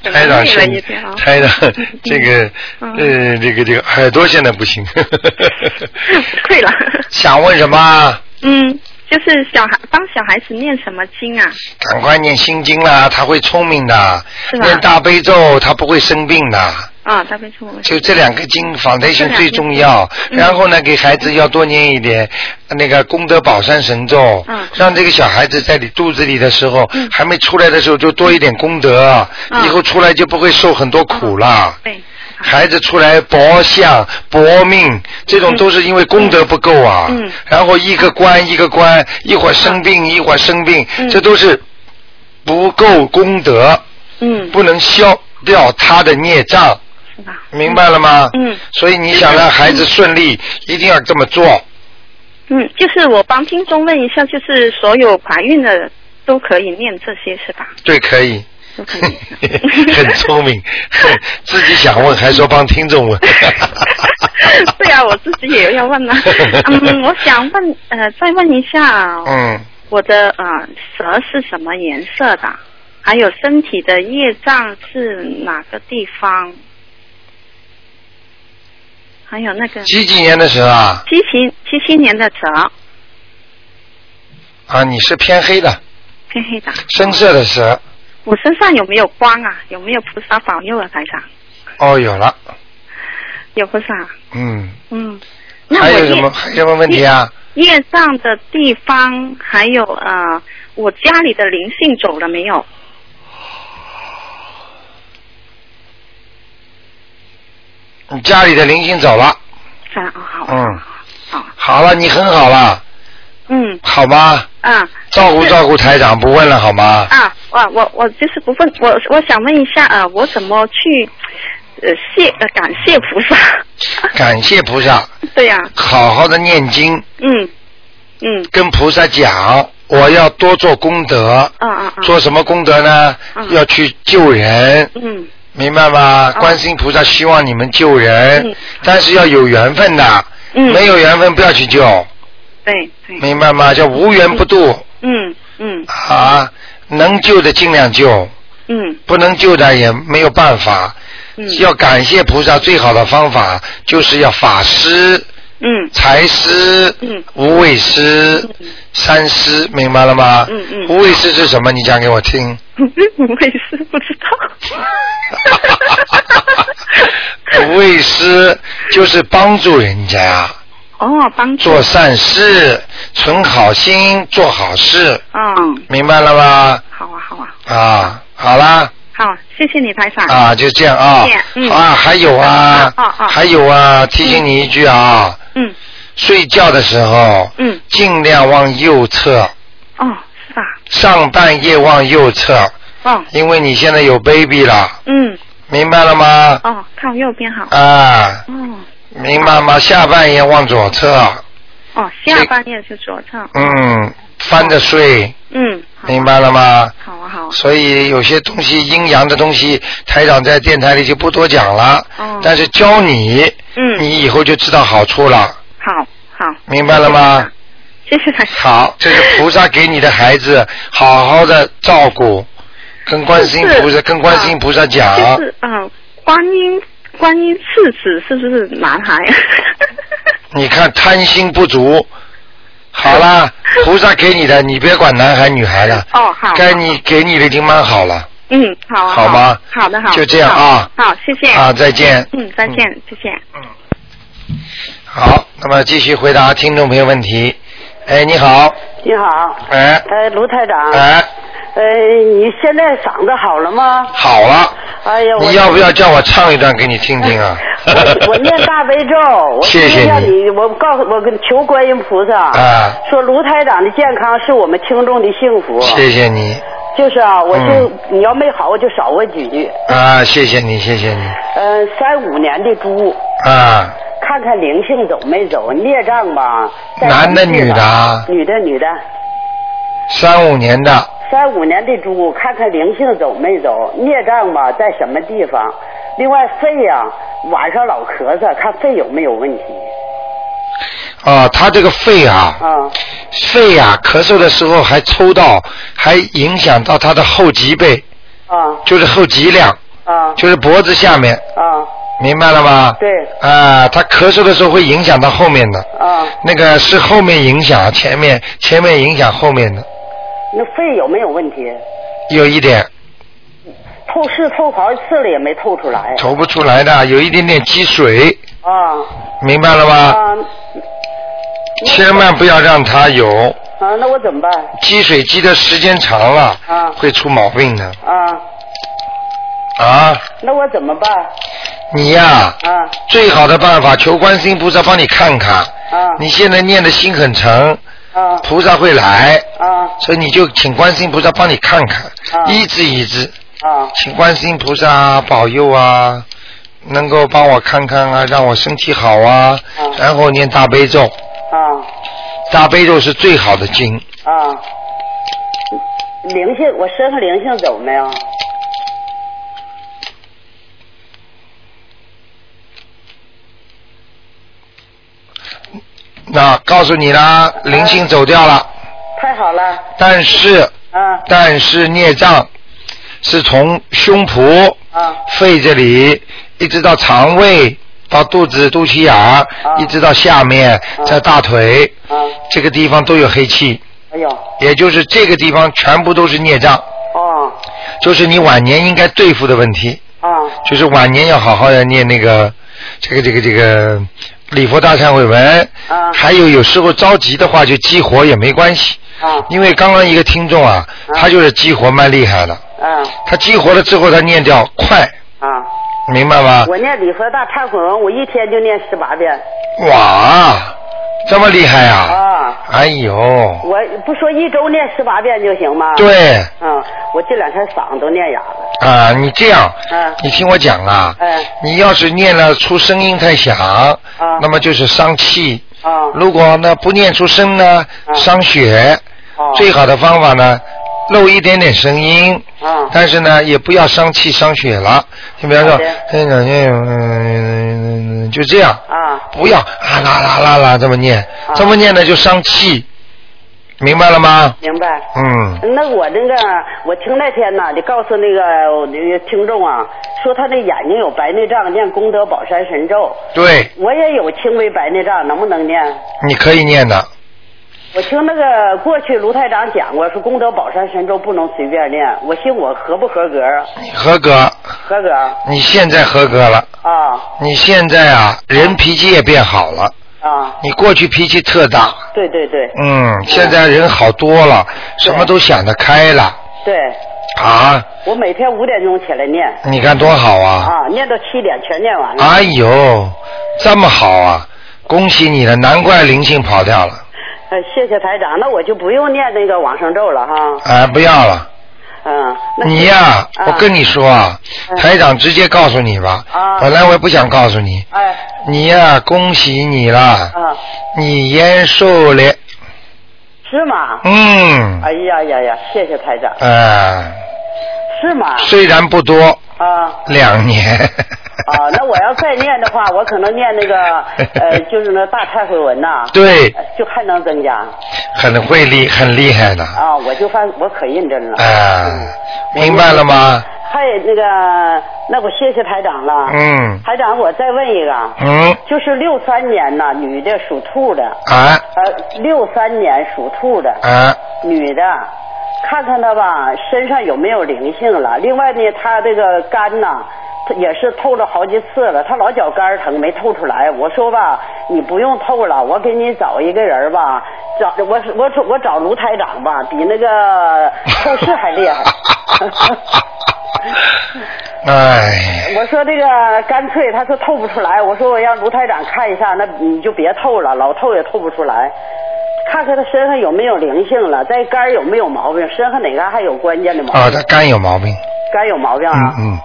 E: 怎么
A: 台长
E: 累了一
A: 现
E: 天啊嗯
A: 台长这个呃这个这个耳朵现在不行。
E: 愧了。
A: 想问什么啊？
E: 嗯，就是小孩帮小孩子念什么经啊？
A: 赶快念心经啦，他会聪明的。
E: 是吧
A: 念大悲咒，他不会生病的。
E: 啊，大悲咒。
A: 就这两个经 foundation
E: 这两个
A: 最重要，
E: 嗯
A: 然后呢，给孩子要多念一点那个功德宝山神咒
E: 嗯，
A: 让这个小孩子在你肚子里的时候，
E: 嗯
A: 还没出来的时候就多一点功德，
E: 嗯
A: 以后出来就不会受很多苦了。
E: 对，
A: 孩子出来薄相薄命，这种都是因为功德不够啊。
E: 嗯嗯嗯
A: 然后一个关一个关，一会儿生病一会儿生病，
E: 嗯
A: 这都是不够功德，
E: 嗯，
A: 不能消掉他的孽障，
E: 是吧？
A: 明白了吗？
E: 嗯
A: 所以你想让孩子顺利，一定要这么做。
E: 嗯，就是我帮听众问一下，就是所有怀孕的都可以念这些是吧？
A: 对，可以。
E: 都可 以。
A: 很聪明， 自己想问还说帮听众问。
E: 对啊，我自己也要问 啊。嗯，我想问，呃，再问一下，
A: 嗯，
E: 我的呃舌是什么颜色的？还有身体的业障是哪个地方？还有那个
A: 几几年的时候啊？
E: 七七七七年的蛇，
A: 啊，你是偏黑的，
E: 黑黑的。哦
A: 深色的蛇。
E: 我身上有没有光啊？有没有菩萨保佑啊，台长？
A: 哦，有了，
E: 有菩萨。
A: 嗯，
E: 嗯。那
A: 还
E: 我
A: 有
E: 业
A: 什么还有什么问题啊？
E: 业障的地方，还有呃，我家里的灵性走了没有？
A: 你家里的灵性走了，
E: 啊，哦好。
A: 嗯，
E: 好。
A: 好了，你很好了，
E: 嗯
A: 好吗？
E: 啊
A: 照顾照顾台长，不问了好吗？
E: 啊，我我我就是不问我，我想问一下呃，我怎么去呃谢呃感谢菩萨？
A: 感谢菩萨，
E: 对呀、
A: 好好的念经，
E: 嗯嗯
A: 跟菩萨讲，我要多做功德。
E: 啊啊啊，
A: 做什么功德呢？
E: 嗯
A: 要去救人，
E: 嗯
A: 明白吗？
E: 嗯
A: 观世音菩萨希望你们救人，
E: 嗯
A: 但是要有缘分的，
E: 嗯，
A: 哎没有缘分不要去救，
E: 对对，
A: 明白吗？叫无缘不渡、
E: 嗯嗯
A: 啊！能救的尽量救，
E: 嗯
A: 不能救的也没有办法。
E: 嗯，
A: 要感谢菩萨，最好的方法就是要法师、
E: 嗯
A: 财师、
E: 嗯
A: 无畏师、三师，明白了吗？
E: 嗯嗯
A: 无畏师是什么？你讲给我 听。
E: 我也是不知道。
A: 无畏师就是帮助人家，
E: 哦，帮助
A: 做善事，存好心，做好事，
E: 嗯，
A: 明白了吗？
E: 好啊好啊
A: 啊，好啦，
E: 好，谢谢你台长。
A: 啊，就这样啊
E: 谢谢，嗯
A: 啊，还有啊
E: 啊啊，啊
A: 还有啊，提醒你一句啊，
E: 嗯
A: 睡觉的时候
E: 嗯，
A: 尽量往右侧，
E: 哦是吧？
A: 上半夜往右侧，
E: 哦
A: 因为你现在有 baby 了，
E: 嗯
A: 明白了吗？
E: 哦靠右边好。
A: 啊，
E: 哦
A: 明白吗？下半夜往左侧，
E: 哦下半夜是左侧。
A: 嗯，翻着睡，
E: 嗯好
A: 明白了吗？
E: 好啊好啊。
A: 所以有些东西阴阳的东西，台长在电台里就不多讲了，
E: 哦
A: 但是教你，
E: 嗯
A: 你以后就知道好处了，
E: 好好
A: 明白了
E: 嗯
A: 吗？
E: 谢谢台长。
A: 好，这是菩萨给你的孩子，好好的照顾，跟观世音菩
E: 就
A: 萨
E: 是
A: 跟观世音菩萨讲，
E: 就是嗯观音观音赤子是不是男孩？
A: 你看贪心不足。好啦，菩萨给你的，你别管男孩女孩了，
E: 哦好。
A: 该你给你的已经蛮好了。
E: 嗯好啊
A: 好吗
E: 好的好的
A: 就这样啊
E: 好好谢谢
A: 啊，再见。
E: 嗯再见谢谢。
A: 好，那么继续回答听众朋友问题。哎，你好，
F: 你好，
A: 哎，
F: 呃，卢台长，
A: 哎，
F: 呃，你现在嗓子好了吗？
A: 好了，
F: 哎呀，我？
A: 你要不要叫我唱一段给你听听啊
F: 我我念大悲 咒，我
A: 谢谢
F: 听见
A: 你
F: 你，我告诉我跟求观音菩萨，
A: 啊，
F: 说卢台长的健康是我们听众的幸福，
A: 谢谢你
F: 就是啊，我就、
A: 嗯
F: 你要没好我就少问几句，
A: 啊，谢谢你，谢谢你
F: 嗯、三五年的猪，
A: 啊，
F: 看看灵性走没走，孽障吧，在
A: 男的
F: 人世
A: 女的啊
F: 吧女的女的，
A: 三五年的
F: 三五年的猪，看看灵性走没走，孽障吧在什么地方？另外肺呀、晚上老咳嗽，看肺有没有问题
A: 啊，他这个肺啊，
F: 啊？
A: 肺啊，咳嗽的时候还抽到，还影响到他的后脊背，
F: 啊
A: 就是后脊梁，
F: 啊
A: 就是脖子下面，
F: 啊
A: 明白了吗？
F: 对
A: 啊，他咳嗽的时候会影响到后面的。
F: 啊！
A: 那个是后面影响前面，前面影响后面的，
F: 那肺有没有问题？
A: 有一点
F: 透是透好几次了也没透出来
A: 瞅不出来的，有一点点积水，
F: 啊
A: 明白了
F: 啊
A: 吧？千万不要让它有
F: 啊！那我怎么办
A: 积水，积的时间长了
F: 啊
A: 会出毛病的
F: 啊？
A: 啊！
F: 那我怎么办
A: 你呀、
F: 啊
A: 最好的办法求观世音菩萨帮你看看，
F: 啊
A: 你现在念的心很诚，
F: 啊
A: 菩萨会来，
F: 啊
A: 所以你就请观世音菩萨帮你看看，
F: 啊
A: 医治医治，
F: 啊！
A: 请观世音菩萨保佑啊，能够帮我看看啊，让我身体好啊，
F: 嗯
A: 然后念大悲咒，
F: 啊
A: 大悲咒是最好的经，
F: 啊，灵性，我身上灵性走没有？
A: 那告诉你啦，灵性走掉了，
F: 太好了，
A: 但是
F: 啊
A: 但是孽障是从胸脯
F: 啊
A: 肺这里，一直到肠胃，到肚子、肚脐眼儿，一直到下面，在大腿
F: 啊！
A: 这个地方都有黑气，
F: 哎呦，
A: 也就是这个地方全部都是孽障，
F: 哦
A: 就是你晚年应该对付的问题，
F: 啊
A: 就是晚年要好好的念那个这个这个这个礼佛大忏悔文，
F: 啊
A: 还有有时候着急的话就激活也没关系，
F: 啊
A: 因为刚刚一个听众啊，他就是激活蛮厉害的，
F: 啊
A: 他激活了之后他念掉快，
F: 啊！
A: 明白吗？
F: 我念礼佛大忏悔文，我一天就念十八遍
A: 哇，这么厉害啊！
F: 啊！
A: 哎呦，
F: 我不说一周念十八遍就行吗？。
A: 对
F: 嗯，我这两天嗓子都念哑了。
A: 啊，你这样，
F: 嗯
A: 你听我讲啊，
F: 哎
A: 你要是念了出声音太响，那么就是伤气；
F: 啊
A: 如果呢不念出声呢，伤血。
F: 哦
A: 最好的方法呢，露一点点声音，
F: 啊
A: 但是呢也不要伤气伤血了。就比方说
F: 好的，
A: 嗯嗯嗯，就这样。
F: 啊
A: 不要啊啦啦啦啦这么念，这么念呢就伤气，明白了吗？
F: 明白。
A: 嗯，
F: 那我那个，我听那天呐，你告诉那个我那个听众啊，说他那眼睛有白内障，念功德宝山神咒。
A: 对，
F: 我也有轻微白内障，能不能念？
A: 你可以念的，
F: 我听那个过去卢台长讲过，说功德宝山神咒不能随便念。我寻我合不合格？
A: 你合格，
F: 合格
A: 你现在合格了，
F: 啊
A: 你现在啊人脾气也变好了，
F: 啊！
A: 你过去脾气特大，
F: 对对对
A: 嗯，现在人好多了，什么都想得开了
F: 对，
A: 啊，
F: 我每天五点钟起来念
A: 你看多好啊！
F: 啊，念到七点全念完了。
A: 哎呦，这么好啊，恭喜你了，难怪灵性跑掉了，
F: 呃，谢谢台长，那我就不用念那个往生咒了哈。
A: 哎，不要了。
F: 嗯，那
A: 你呀、
F: 啊
A: 我跟你说啊，
F: 嗯
A: 台长直接告诉你吧。
F: 啊
A: 本来我也不想告诉你。
F: 哎
A: 你呀、恭喜你啦！
F: 啊，
A: 你延寿了。
F: 是吗？
A: 嗯。
F: 哎呀呀呀，谢谢台长，
A: 呃，
F: 是吗？
A: 虽然不多，
F: 啊。
A: 两年。
F: 啊，那我要再念的话，我可能念那个 呃，就是那大忏悔文呐、呃
A: 对，
F: 就还能增加
A: 很会厉，很厉害的。啊、
F: 啊！我就发我可认真了。
A: 哎
F: 嗯
A: 明白了吗？
F: 还有那个，那我谢谢台长了。
A: 嗯
F: 台长，我再问一个，啊
A: 嗯
F: 就是六三年呐，女的属兔的，
A: 啊
F: 呃，六三年属兔的，
A: 啊
F: 女的，看看她吧，身上有没有灵性了。另外呢，她这个肝呐、她也是透了好几次了，她老脚肝疼，没透出来。我说吧，你不用透了，我给你找一个人吧，找我我找我找卢台长吧，比那个透视还厉害。
A: 哎，
F: 我说这个干脆，他说透不出来。我说我让卢台长看一下，那你就别透了，老透也透不出来。看看他身上有没有灵性了，再肝儿有没有毛病，身上哪嘎还有关键的毛病？
A: 啊，他肝有毛病。
F: 肝有毛病啊？
A: 嗯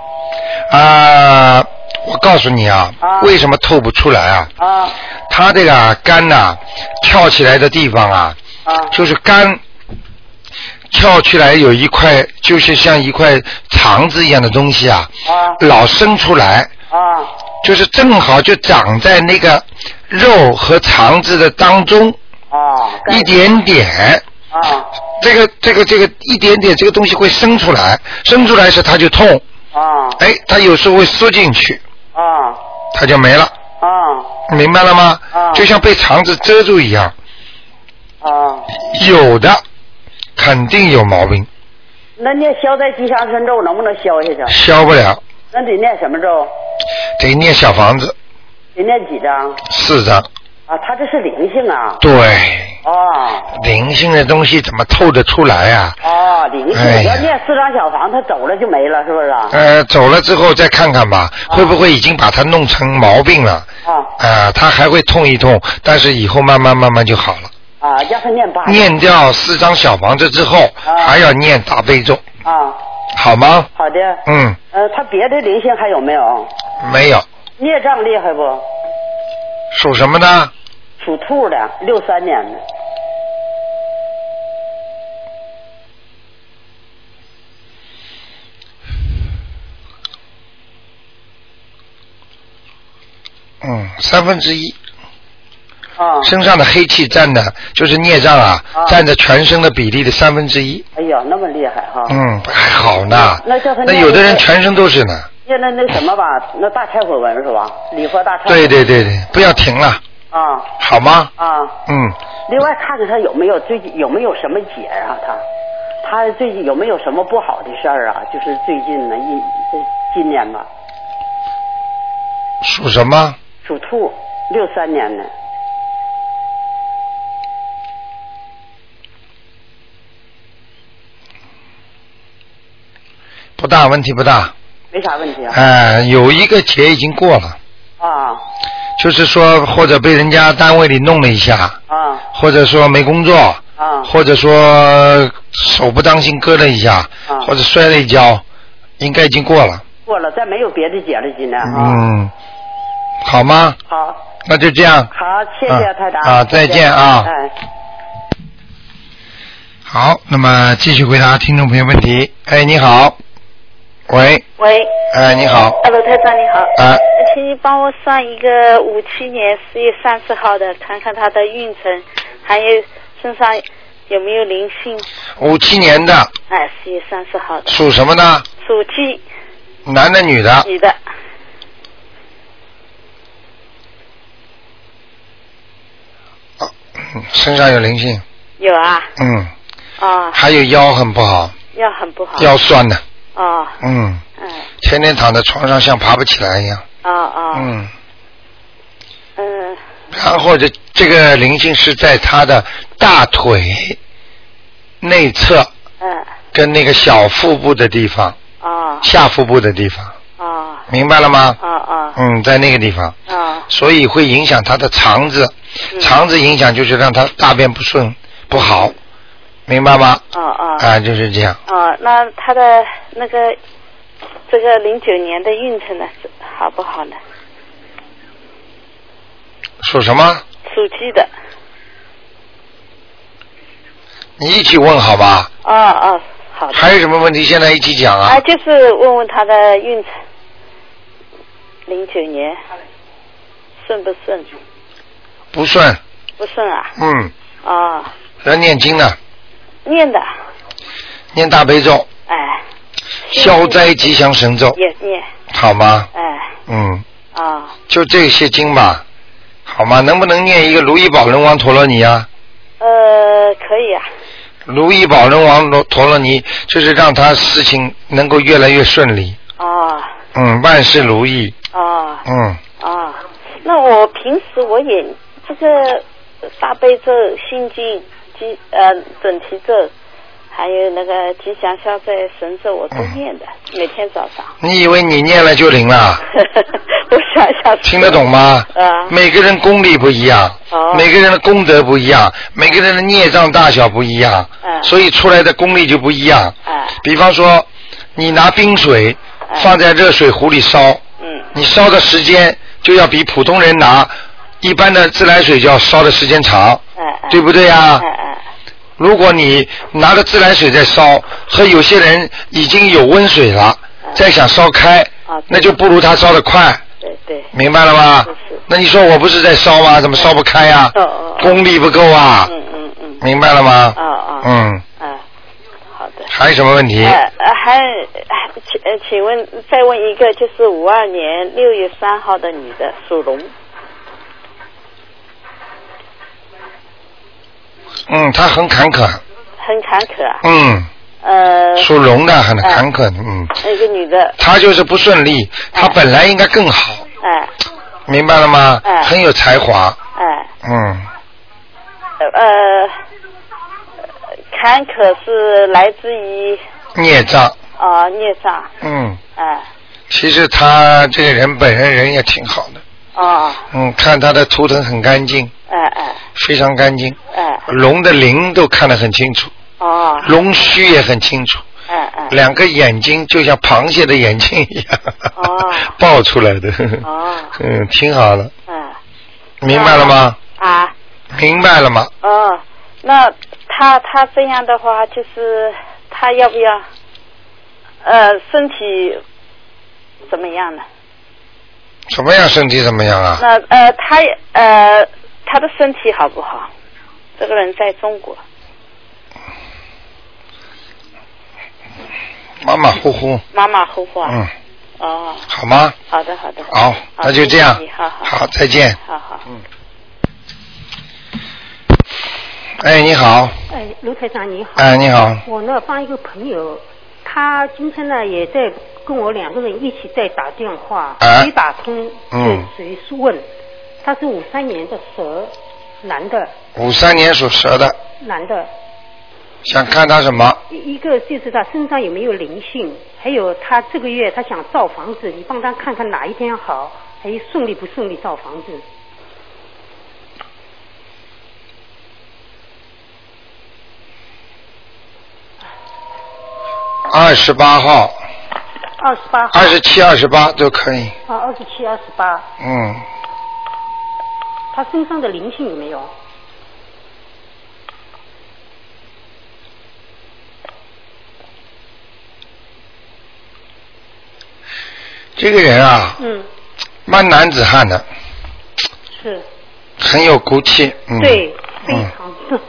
A: 嗯，啊，我告诉你啊，
F: 啊
A: 为什么透不出来啊？
F: 啊
A: 他这个啊肝呐、跳起来的地方啊，
F: 啊
A: 就是肝跳起来有一块，就是像一块肠子一样的东西啊，
F: 啊
A: 老伸出来，
F: 啊
A: 就是正好就长在那个肉和肠子的当中
F: 啊！肝
A: 一点点。
F: 啊
A: 这个这个这个一点点，这个东西会伸出来，伸出来时它就痛，
F: 啊
A: 哎，它有时候会缩进去，
F: 啊
A: 它就没了，
F: 啊
A: 明白了吗？
F: 啊
A: 就像被肠子遮住一样，
F: 啊！
A: 有的肯定有毛病，
F: 那念消灾吉祥神咒能不能消下去？
A: 消不了，
F: 那得念什么咒？
A: 得念小房子
F: 得念几张？
A: 四张。
F: 啊，他这是灵性啊！
A: 对，
F: 哦
A: 灵性的东西怎么透得出来啊？
F: 哦，灵
A: 哎
F: 性，
A: 呀
F: 要念四张小房，他走了就没了，是不是啊？
A: 呃，走了之后再看看吧，会不会已经把它弄成毛病了？
F: 啊
A: 啊，它还会痛一痛，但是以后慢慢慢慢就好了。
F: 啊，让他念八张
A: 念掉四张小房子之后，
F: 啊
A: 还要念大悲咒，
F: 啊，
A: 好吗？
F: 好的。
A: 嗯，
F: 呃，他别的灵性还有没有？
A: 没有，
F: 孽障厉害不？
A: 属什么呢？
F: 属兔的，六三年的。
A: 嗯，三分之一。
F: 啊，
A: 身上的黑气占的，就是孽障啊，
F: 啊
A: 占着全身的比例的三分之一。
F: 哎呀，那么厉害哈！
A: 嗯，还好呢。
F: 那叫他
A: 那
F: 念
A: 有的人
F: 一个
A: 全身都是呢。
F: 念那那什么吧，那大忏悔文是吧？礼佛大忏悔。
A: 对对对对，不要停了，
F: 啊
A: 好吗？
F: 啊！
A: 嗯，
F: 另外看看他有没有最近有没有什么结啊？他他最近有没有什么不好的事儿啊？就是最近呢，一这今年吧，
A: 属什么？
F: 属兔，六三年的。
A: 不大问题，不大。
F: 没啥问题啊。
A: 哎、有一个节已经过了，
F: 啊
A: 就是说或者被人家单位里弄了一下，
F: 啊
A: 或者说没工作，
F: 啊！
A: 或者说手不当心割了一下，
F: 啊
A: 或者摔了一跤，应该已经过了。
F: 过了，再没有别的节了，今年啊。
A: 嗯，好吗？
F: 好，
A: 那就这样。
F: 好，谢
A: 啊
F: 谢台长。
A: 啊再见啊
F: 哎。
A: 好，那么继续回答听众朋友问题。哎，你好，喂，
G: 喂，
A: 哎，你好，
G: 啊，罗台长你好，呃
A: 啊，
G: 请你帮我算一个五七年四月三十号的，看看他的运程，还有身上有没有灵性。
A: 五七年的
G: 哎，四月三十号的，
A: 属什么呢？
G: 属鸡，
A: 男的女的？
G: 女的，
A: 嗯身上有灵性，
G: 有啊，
A: 嗯，
G: 啊，
A: 还有腰很不好，
G: 要很不好，
A: 腰酸的，
G: 哦，
A: 嗯，
G: 嗯，
A: 天天躺在床上像爬不起来一样，
G: 哦哦，
A: 嗯，
G: 嗯，
A: 然后这这个灵性是在他的大腿内侧
G: 嗯，
A: 跟那个小腹部的地方，
G: 哦，
A: 下腹部的地方，
G: 哦，
A: 明白了吗？
G: 哦哦，
A: 嗯，在那个地方。
G: 哦，
A: 所以会影响他的肠子，
G: 嗯
A: 肠子影响就是让他大便不顺不好，明白吗？
G: 哦哦，
A: 啊，就是这样。
G: 哦，那他的那个这个零九年的运程呢，是好不好呢？
A: 属什么？
G: 属鸡的，
A: 你一起问好吧？
G: 哦哦，好的，
A: 还有什么问题现在一起讲啊
G: 啊，？就是问问他的运程，零九年顺不顺？
A: 不顺，
G: 不顺啊，
A: 嗯，
G: 哦，
A: 要念经呢，
G: 念的，
A: 念大悲咒，
G: 哎，
A: 消灾吉祥神咒，
G: 也念，
A: 好吗？
G: 哎，
A: 嗯，
G: 哦，
A: 就这些经吧，好吗？能不能念一个如意宝轮王陀罗尼啊？
G: 呃，可以啊，
A: 如意宝轮王陀陀罗尼就是让他事情能够越来越顺利，
G: 哦
A: 嗯，万事如意，
G: 哦
A: 嗯。
G: 哦，那我平时我也这个大悲咒、心经、吉呃准提咒，还有那个吉祥消灾神咒，我都
A: 嗯
G: 念的，每天早上。
A: 你以为你念了就灵了？
G: 我想想，
A: 听得懂？吗？
G: 啊
A: 每个人功力不一样，
G: 哦
A: 每个人的功德不一样，每个人的孽障大小不一样，
G: 嗯
A: 所以出来的功力就不一样。
G: 哎、
A: 比方说，你拿冰水
G: 哎
A: 放在热水壶里烧，
G: 嗯，
A: 你烧的时间就要比普通人拿一般的自来水就要烧的时间长，
G: 哎、哎
A: 对不对啊呀、
G: 哎哎
A: 如果你拿着自来水在烧，和有些人已经有温水了，再想烧开
G: 啊，
A: 那就不如他烧的快，
G: 对对，
A: 明白了吗
G: 是是？
A: 那你说我不是在烧吗？怎么烧不开呀
G: 哦哦？哦
A: 功力不够啊，
G: 嗯嗯嗯，
A: 明白了吗
G: 哦哦？
A: 嗯，
G: 嗯，好的。
A: 还有什么问题？
G: 呃，呃还还请呃，请问再问一个，就是五二年六月三号的女的，属龙。
A: 嗯，他很坎坷，
G: 很坎坷啊。
A: 嗯，
G: 呃，
A: 属龙的很
G: 哎
A: 坎坷，嗯，
G: 那个女的，
A: 他就是不顺利，他
G: 哎
A: 本来应该更好，
G: 哎
A: 明白了吗？
G: 哎
A: 很有才华，
G: 哎，
A: 嗯，
G: 呃呃，坎坷是来自于
A: 孽障，
G: 啊、孽障，
A: 嗯，
G: 哎、
A: 其实他这个人本人人也挺好的，
G: 哦，
A: 嗯，看他的图腾很干净，
G: 哎哎
A: 非常干净，
G: 哎，
A: 龙的鳞都看得很清楚，
G: 哦，
A: 龙须也很清楚，
G: 哎哎，
A: 两个眼睛就像螃蟹的眼睛一样，
G: 哦
A: 爆出来的，呵呵
G: 哦，
A: 嗯，挺好的，
G: 嗯
A: 明白了吗？
G: 啊，
A: 明白了吗？
G: 哦，那他他这样的话，就是他要不要，呃，身体怎么样呢？
A: 什么样身体怎么样啊？
G: 那呃，他呃，他的身体好不好？这个人在中国，
A: 马马虎虎，
G: 马马虎虎啊。
A: 嗯，
G: 哦，
A: 好吗？
G: 好的，好的。
A: 好，那就这样
G: 谢谢你好，好，
A: 好，再见。
G: 好好。
A: 哎，你好，
F: 哎，卢台长你好。
A: 哎，你好，
F: 我呢帮一个朋友，他今天呢也在跟我两个人一起在打电话，
A: 哎
F: 谁打通
A: 嗯
F: 就谁问。他是五三年的蛇，男的，
A: 五三年属蛇的，
F: 男的。
A: 想看他什么？
F: 一一个就是他身上有没有灵性，还有他这个月他想造房子，你帮他看看哪一天好，还有顺利不顺利造房子。
A: 二十八号、
F: 二十八号
A: 二十七、二十八都可以。
F: 啊，二十七、二十八，
A: 嗯，
F: 他身上的灵性有没有？
A: 这个人啊，
F: 嗯，
A: 蛮男子汉的，
F: 是。
A: 很有骨气。嗯，
F: 对，非
A: 嗯
F: 常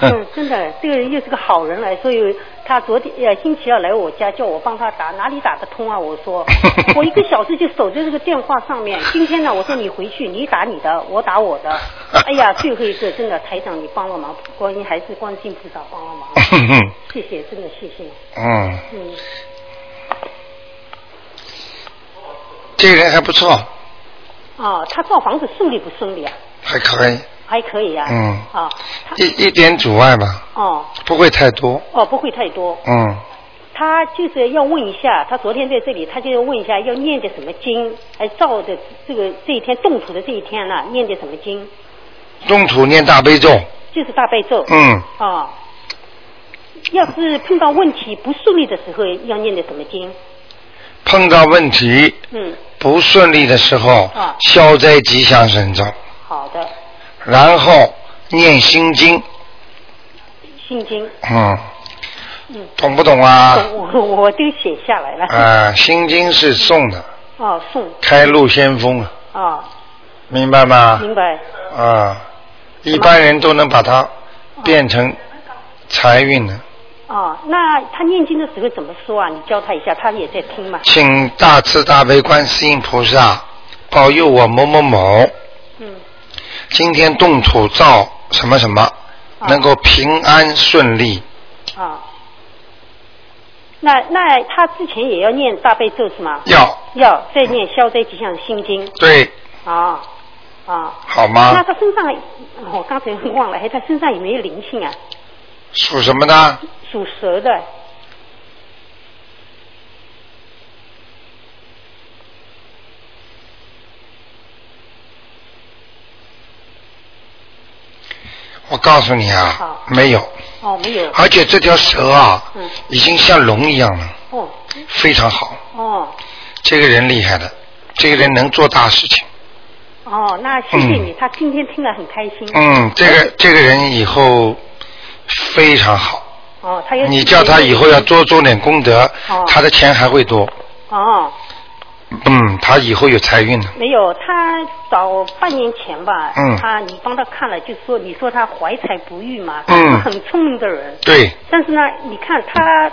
F: 对，嗯，真的，这个人又是个好人来，所以他昨天呃星期二来我家叫我帮他打，哪里打得通啊？我 说我一个小时就守在这个电话上面。今天呢，我说你回去，你打你的，我 打我的。哎呀，最后一个真的台长你帮了忙，观音还是观世音菩萨帮了忙，谢谢，真的谢谢，
A: 嗯，
F: 嗯，
A: 这个人还不错，
F: 啊，他造房子顺利不顺利啊？
A: 还可以，
F: 还可以啊，
A: 嗯
F: 啊，他
A: 一一点阻碍吧，
F: 哦
A: 不会太多。
F: 哦不会太多，
A: 嗯，
F: 他就是要问一下，他昨天在这里，他就要问一下要念的什么经，还照着这个这一天动土的这一天呢、念的什么经，
A: 中土念大悲咒。
F: 就是大悲咒。
A: 嗯，
F: 哦，要是碰到问题不顺利的时候，要念的什么经？
A: 碰到问题
F: 嗯，
A: 不顺利的时候
F: 啊，
A: 消灾吉祥神咒，
F: 好的，
A: 然后念心经。
F: 心经，
A: 嗯，
F: 嗯，
A: 懂不懂啊？
F: 我我我都写下来了。
A: 啊，心经是送的，
F: 哦，送，
A: 开路先锋啊，
F: 哦，
A: 明白吗？
F: 明白。
A: 啊，一般人都能把它变成财运的，
F: 哦，那他念经的时候怎么说啊？你教他一下，他也在听嘛。
A: 请大慈大悲观世音菩萨保佑我某某某
F: 嗯，
A: 今天动土造什么什么，
F: 啊
A: 能够平安顺利。
F: 啊。那那他之前也要念大悲咒是吗？
A: 要
F: 要再念消灾吉祥心经
A: 对，
F: 啊啊。
A: 好
F: 那
A: 吗？
F: 他身上，我刚才忘了，哎，他身上有没有灵性啊？
A: 属什么的？
F: 属蛇的，
A: 我告诉你啊
F: 好，
A: 没有，
F: 哦，没有，
A: 而且这条蛇啊
F: 嗯，
A: 已经像龙一样了，
F: 哦
A: 非常好。
F: 哦
A: 这个人厉害的，这个人能做大事情。
F: 哦，那谢谢
A: 嗯
F: 你，他今天听了很开心。
A: 嗯，这个
H: 哎
A: 这个人以后非常好，
F: 哦，
H: 哎
F: 他要
A: 你叫他以后要多做点功德
H: 啊
F: 哦，
A: 他的钱还会多。
F: 哦，
A: 嗯，他以后有财运的。
F: 没有，他早半年前吧，
A: 嗯
F: 他你帮他看了，就说你说他怀才不遇嘛，
A: 嗯
F: 他很聪明的人，
A: 对，
F: 但是呢，你看他，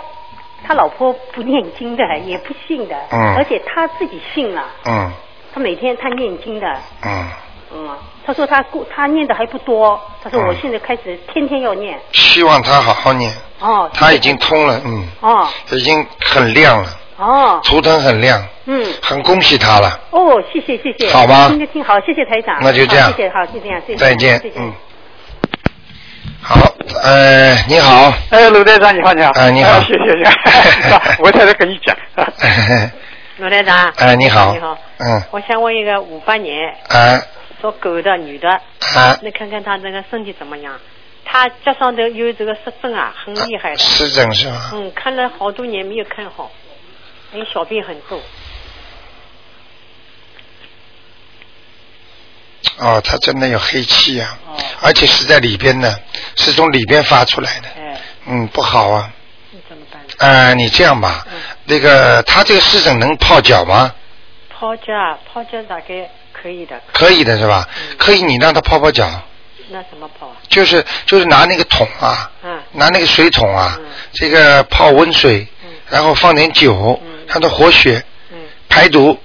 F: 他老婆不念经的，也不信的，
A: 嗯
F: 而且他自己信了，
A: 嗯
F: 他每天他念经的，
A: 嗯，
H: 嗯，他说他过他念的还不多，他说我
A: 嗯
H: 现在开始天天要念。
A: 希望他好好念。
H: 哦，
A: 他已经通了，嗯，
H: 哦
A: 已经很亮了，
H: 哦，
A: 图腾很亮，
H: 嗯，
A: 很恭喜他了。
H: 哦，谢谢谢谢，
A: 好吧
H: 听就听好，谢谢台长，
A: 那就这样
H: 好谢谢好，就这样，谢谢，
A: 再见
H: 谢谢，
A: 嗯。好，呃，你好，
C: 哎，卢队长，你好，你好。
A: 哎你好
C: 哎谢谢 谢谢， 我才能跟你讲。
F: 罗台长。
A: 哎你好
F: 你好。
A: 嗯，
F: 我想问一个五八年
A: 哎
F: 属狗的女的，
A: 哎，
F: 你看看她那个身体怎么样？她脚上头有这个湿疹啊，很厉害的。
A: 湿疹是吧？
F: 嗯，看了好多年没有看好，你小病很重。
A: 哦，他真的有黑气啊，
F: 哦
A: 而且是在里边呢，是从里边发出来的，
F: 哎
A: 嗯，不好啊。呃，你这样吧，
F: 嗯
A: 那个他这个湿疹能泡脚吗？
F: 泡脚啊，泡脚大概可以的。
A: 可以的是吧？
F: 嗯
A: 可以，你让他泡泡脚，
F: 那怎么泡啊？
A: 就是就是拿那个桶啊，
F: 嗯
A: 拿那个水桶啊，这个泡温水，然后放点酒，
F: 嗯
A: 让它活血，排毒。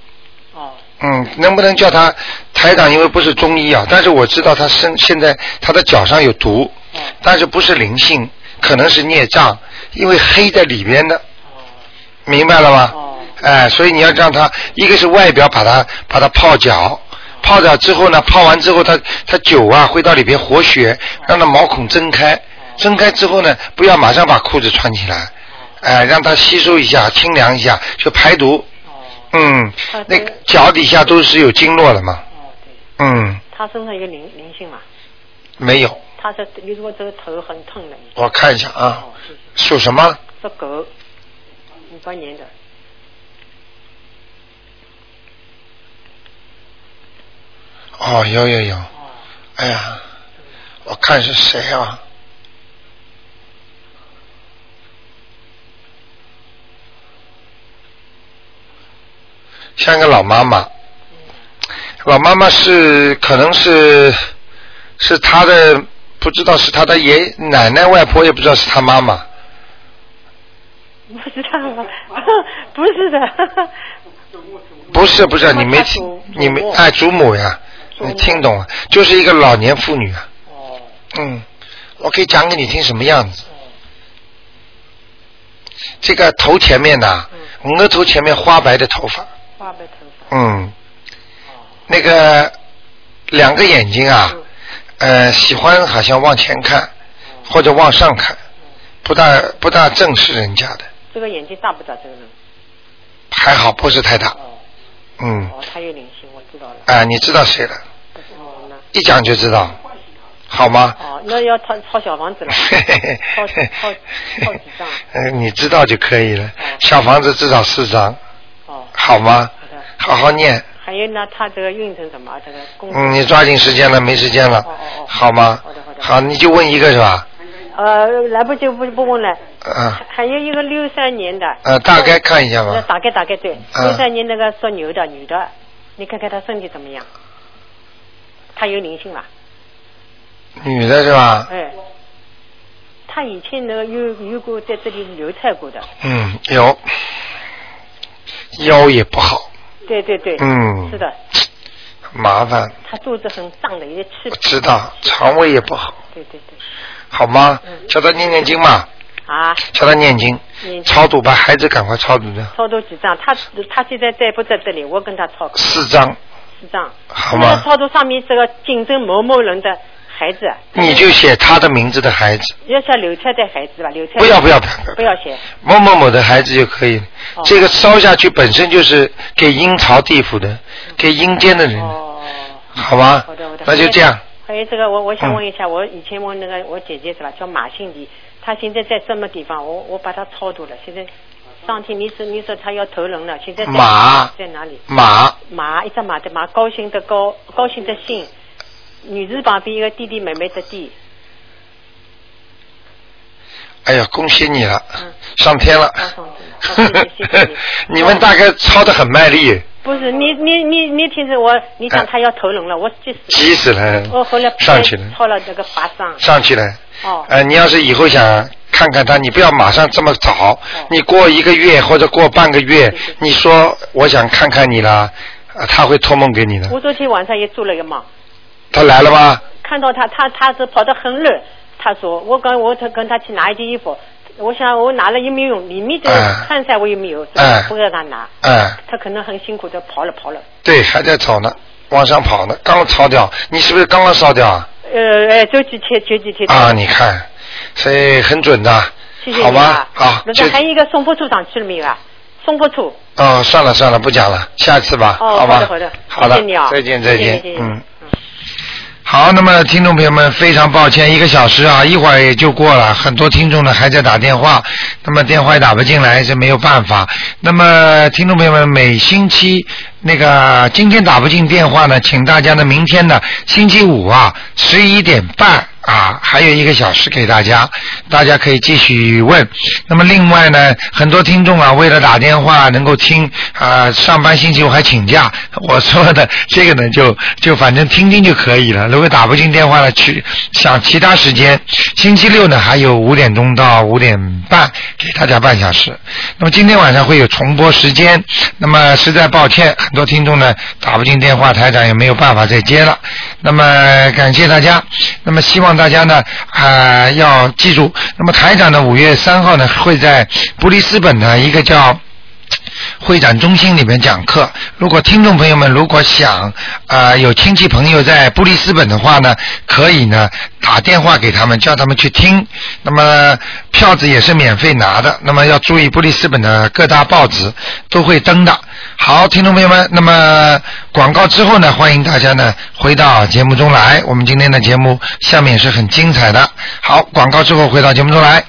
F: 哦
A: 嗯，能不能叫他台长？因为不是中医啊，但是我知道他身现在他的脚上有毒，
F: 哦
A: 但是不是灵性，可能是孽障，因为黑在里边的，明白了吗？
F: 哦
A: 哎，所以你要让他，一个是外表把它把它泡脚，泡脚之后呢，泡完之后它它酒啊会到里边活血，让它毛孔睁开，睁开之后呢，不要马上把裤子穿起来，哎，让它吸收一下，清凉一下，就排毒。
F: 哦
A: 嗯，那个脚底下都是有经络的嘛。嗯，
F: 她哦身上有灵灵性嘛？
A: 没有，
F: 她这你如果这个头很痛的，
A: 我看一下啊，属什么？
F: 这狗五八年的。
A: 哦，有有有，哎呀，我看是谁啊？像个老妈妈，老妈妈是可能是是她的，不知道是她的爷奶奶外婆，也不知道是她妈妈。
F: 不知道吗？ 不是的，
A: 不是不是，你没
F: 她
A: 听
F: 祖，
A: 你没
F: 祖母
A: 哎祖母呀，你嗯听懂了，就是一个老年妇女啊。
F: 哦
A: 嗯，我可以讲给你听什么样子。这个头前面呐、
F: 嗯
A: 额头前面花白的头发，
F: 花呗头
A: 嗯，那个两个眼睛啊，
F: 嗯
A: 呃，喜欢好像往前看或者往上看，
F: 嗯
A: 不大不大正视人家的，
F: 这个眼睛大不大？这个人，
A: 还好不是太大，嗯，
F: 哦，他有灵性，我知道了。
A: 啊、你知道谁了？
F: 哦，那
A: 一讲就知道，好吗？
F: 哦，那要掏掏小房子 了，掏掏掏几张？啊
A: 呃， 你知道就可以了。小房子至少四张，好吗？好好念，
F: 哦还有呢，他这个运程什么？这个工作哦
A: 嗯，哦你抓紧时间了，没时间了，好吗？好，你就问一个是吧？
F: 呃，来不及不不问了。
A: 嗯，
F: 还有一个六三年的。
A: 呃大概看一下吧
F: 那大概大概对，
A: 嗯
F: 六三年那个属牛的女的，你看看她身体怎么样？她有灵性吧？
A: 女的是吧？
F: 哎，她以前那个有有过在这里流产过的，
A: 嗯，有，腰也不好，
F: 对对对，
A: 嗯
F: 是的，
A: 麻烦，
F: 她肚子很胀的，有点吃，
A: 知道，肠胃也不好，
F: 对对对，
A: 好吗？叫他念念经嘛，
F: 啊，
A: 叫他念经，
F: 你
A: 超度吧，孩子赶快超度的，
F: 超多几张，她她现在在不在这里？我跟她超
A: 四张，
F: 四张，
A: 好
F: 那个
A: 吗？
F: 超度上面这个竞争某某人的孩子，啊
A: 你就写他的名字的孩子，
F: 要写流产的孩子吧，流产
A: 不要不要不
F: 要不要写，
A: 某某某的孩子就可以了。
F: 哦
A: 这个烧下去本身就是给阴曹地府的，给阴间的人的，好吗？
F: 嗯哦好的好的，
A: 嗯啊那就这样。
F: 还有这个，我我想
A: 嗯
F: 问一下，我以前问那个我姐姐是吧，叫马杏丽，她现在在什么地方？我我把她超度了，现在上天你说你说她要投人了，现在在
A: 马
F: 在哪里？
A: 马
F: 马一只马的马，高兴的高，高兴的兴，女字旁边一个弟弟妹妹的弟，
A: 哎呀，恭喜你了，
F: 嗯
A: 上天
F: 哦
A: 了。 你们大概抄的很卖力，
F: 不是你你你你听着我，你讲她要投人了，我急死
A: 急死了
F: 我后哦来
A: 哎上去了
F: 抄了那个八张，
A: 上去了。
F: 哦，
A: 呃，你要是以后想看看他，你不要马上这么
F: 哦
A: 早，你过一个月或者过半个月，你说我想看看你啦，呃他会托梦给你的。
F: 我昨天晚上也做了一个梦，
A: 他来了吧？
I: 看到他，他他是跑得很热。他说：“我跟我他跟他去拿一件衣服，我想我拿了也没有用，里面的
A: 哎
I: 汗衫我也没有，所
A: 哎
I: 以不让他拿。
A: 哎，
I: 他可能很辛苦的跑了跑了。
A: 对，还在吵呢，往上跑呢，刚烧掉，你是不是刚刚烧掉啊？
I: 呃，哎，这几天这几天
A: 啊，你，看，所以很准的，
I: 谢谢
A: 好
I: 你
A: 吧
I: 啊。
A: 好，
I: 那
A: 就是
I: 还有一个松柏处长去了没有啊？松柏处。
A: 哦，算了算了，不讲了，下次吧，
I: 哦，
A: 吧
I: 的，好的，
A: 好
I: 谢
A: 的
I: 谢你啊，
A: 再见再
I: 谢谢
A: 见
I: 谢谢，
A: 嗯。好，那么听众朋友们，非常抱歉，一个小时啊，一会儿也就过了。很多听众呢还在打电话，那么电话也打不进来，这没有办法。那么听众朋友们，每星期那个今天打不进电话呢，请大家呢明天呢星期五啊十一点半啊，还有一个小时给大家，大家可以继续问。那么另外呢，很多听众啊，为了打电话能够听啊、上班星期五还请假，我说的这个呢，就就反正听听就可以了。如果打不进电话呢，去想其他时间，星期六呢还有五点钟到五点半给大家半小时。那么今天晚上会有重播时间，那么实在抱歉，很多听众呢打不进电话，台长也没有办法再接了。那么感谢大家，那么希望大家呢啊、要记住，那么台长呢五月三号呢会在布里斯本呢一个叫。会展中心里面讲课。如果听众朋友们如果想啊、呃有亲戚朋友在布里斯本的话呢，可以呢打电话给他们，叫他们去听。那么票子也是免费拿的，那么要注意布里斯本的各大报纸都会登的。好，听众朋友们，那么广告之后呢，欢迎大家呢回到节目中来。我们今天的节目下面也是很精彩的。好，广告之后回到节目中来。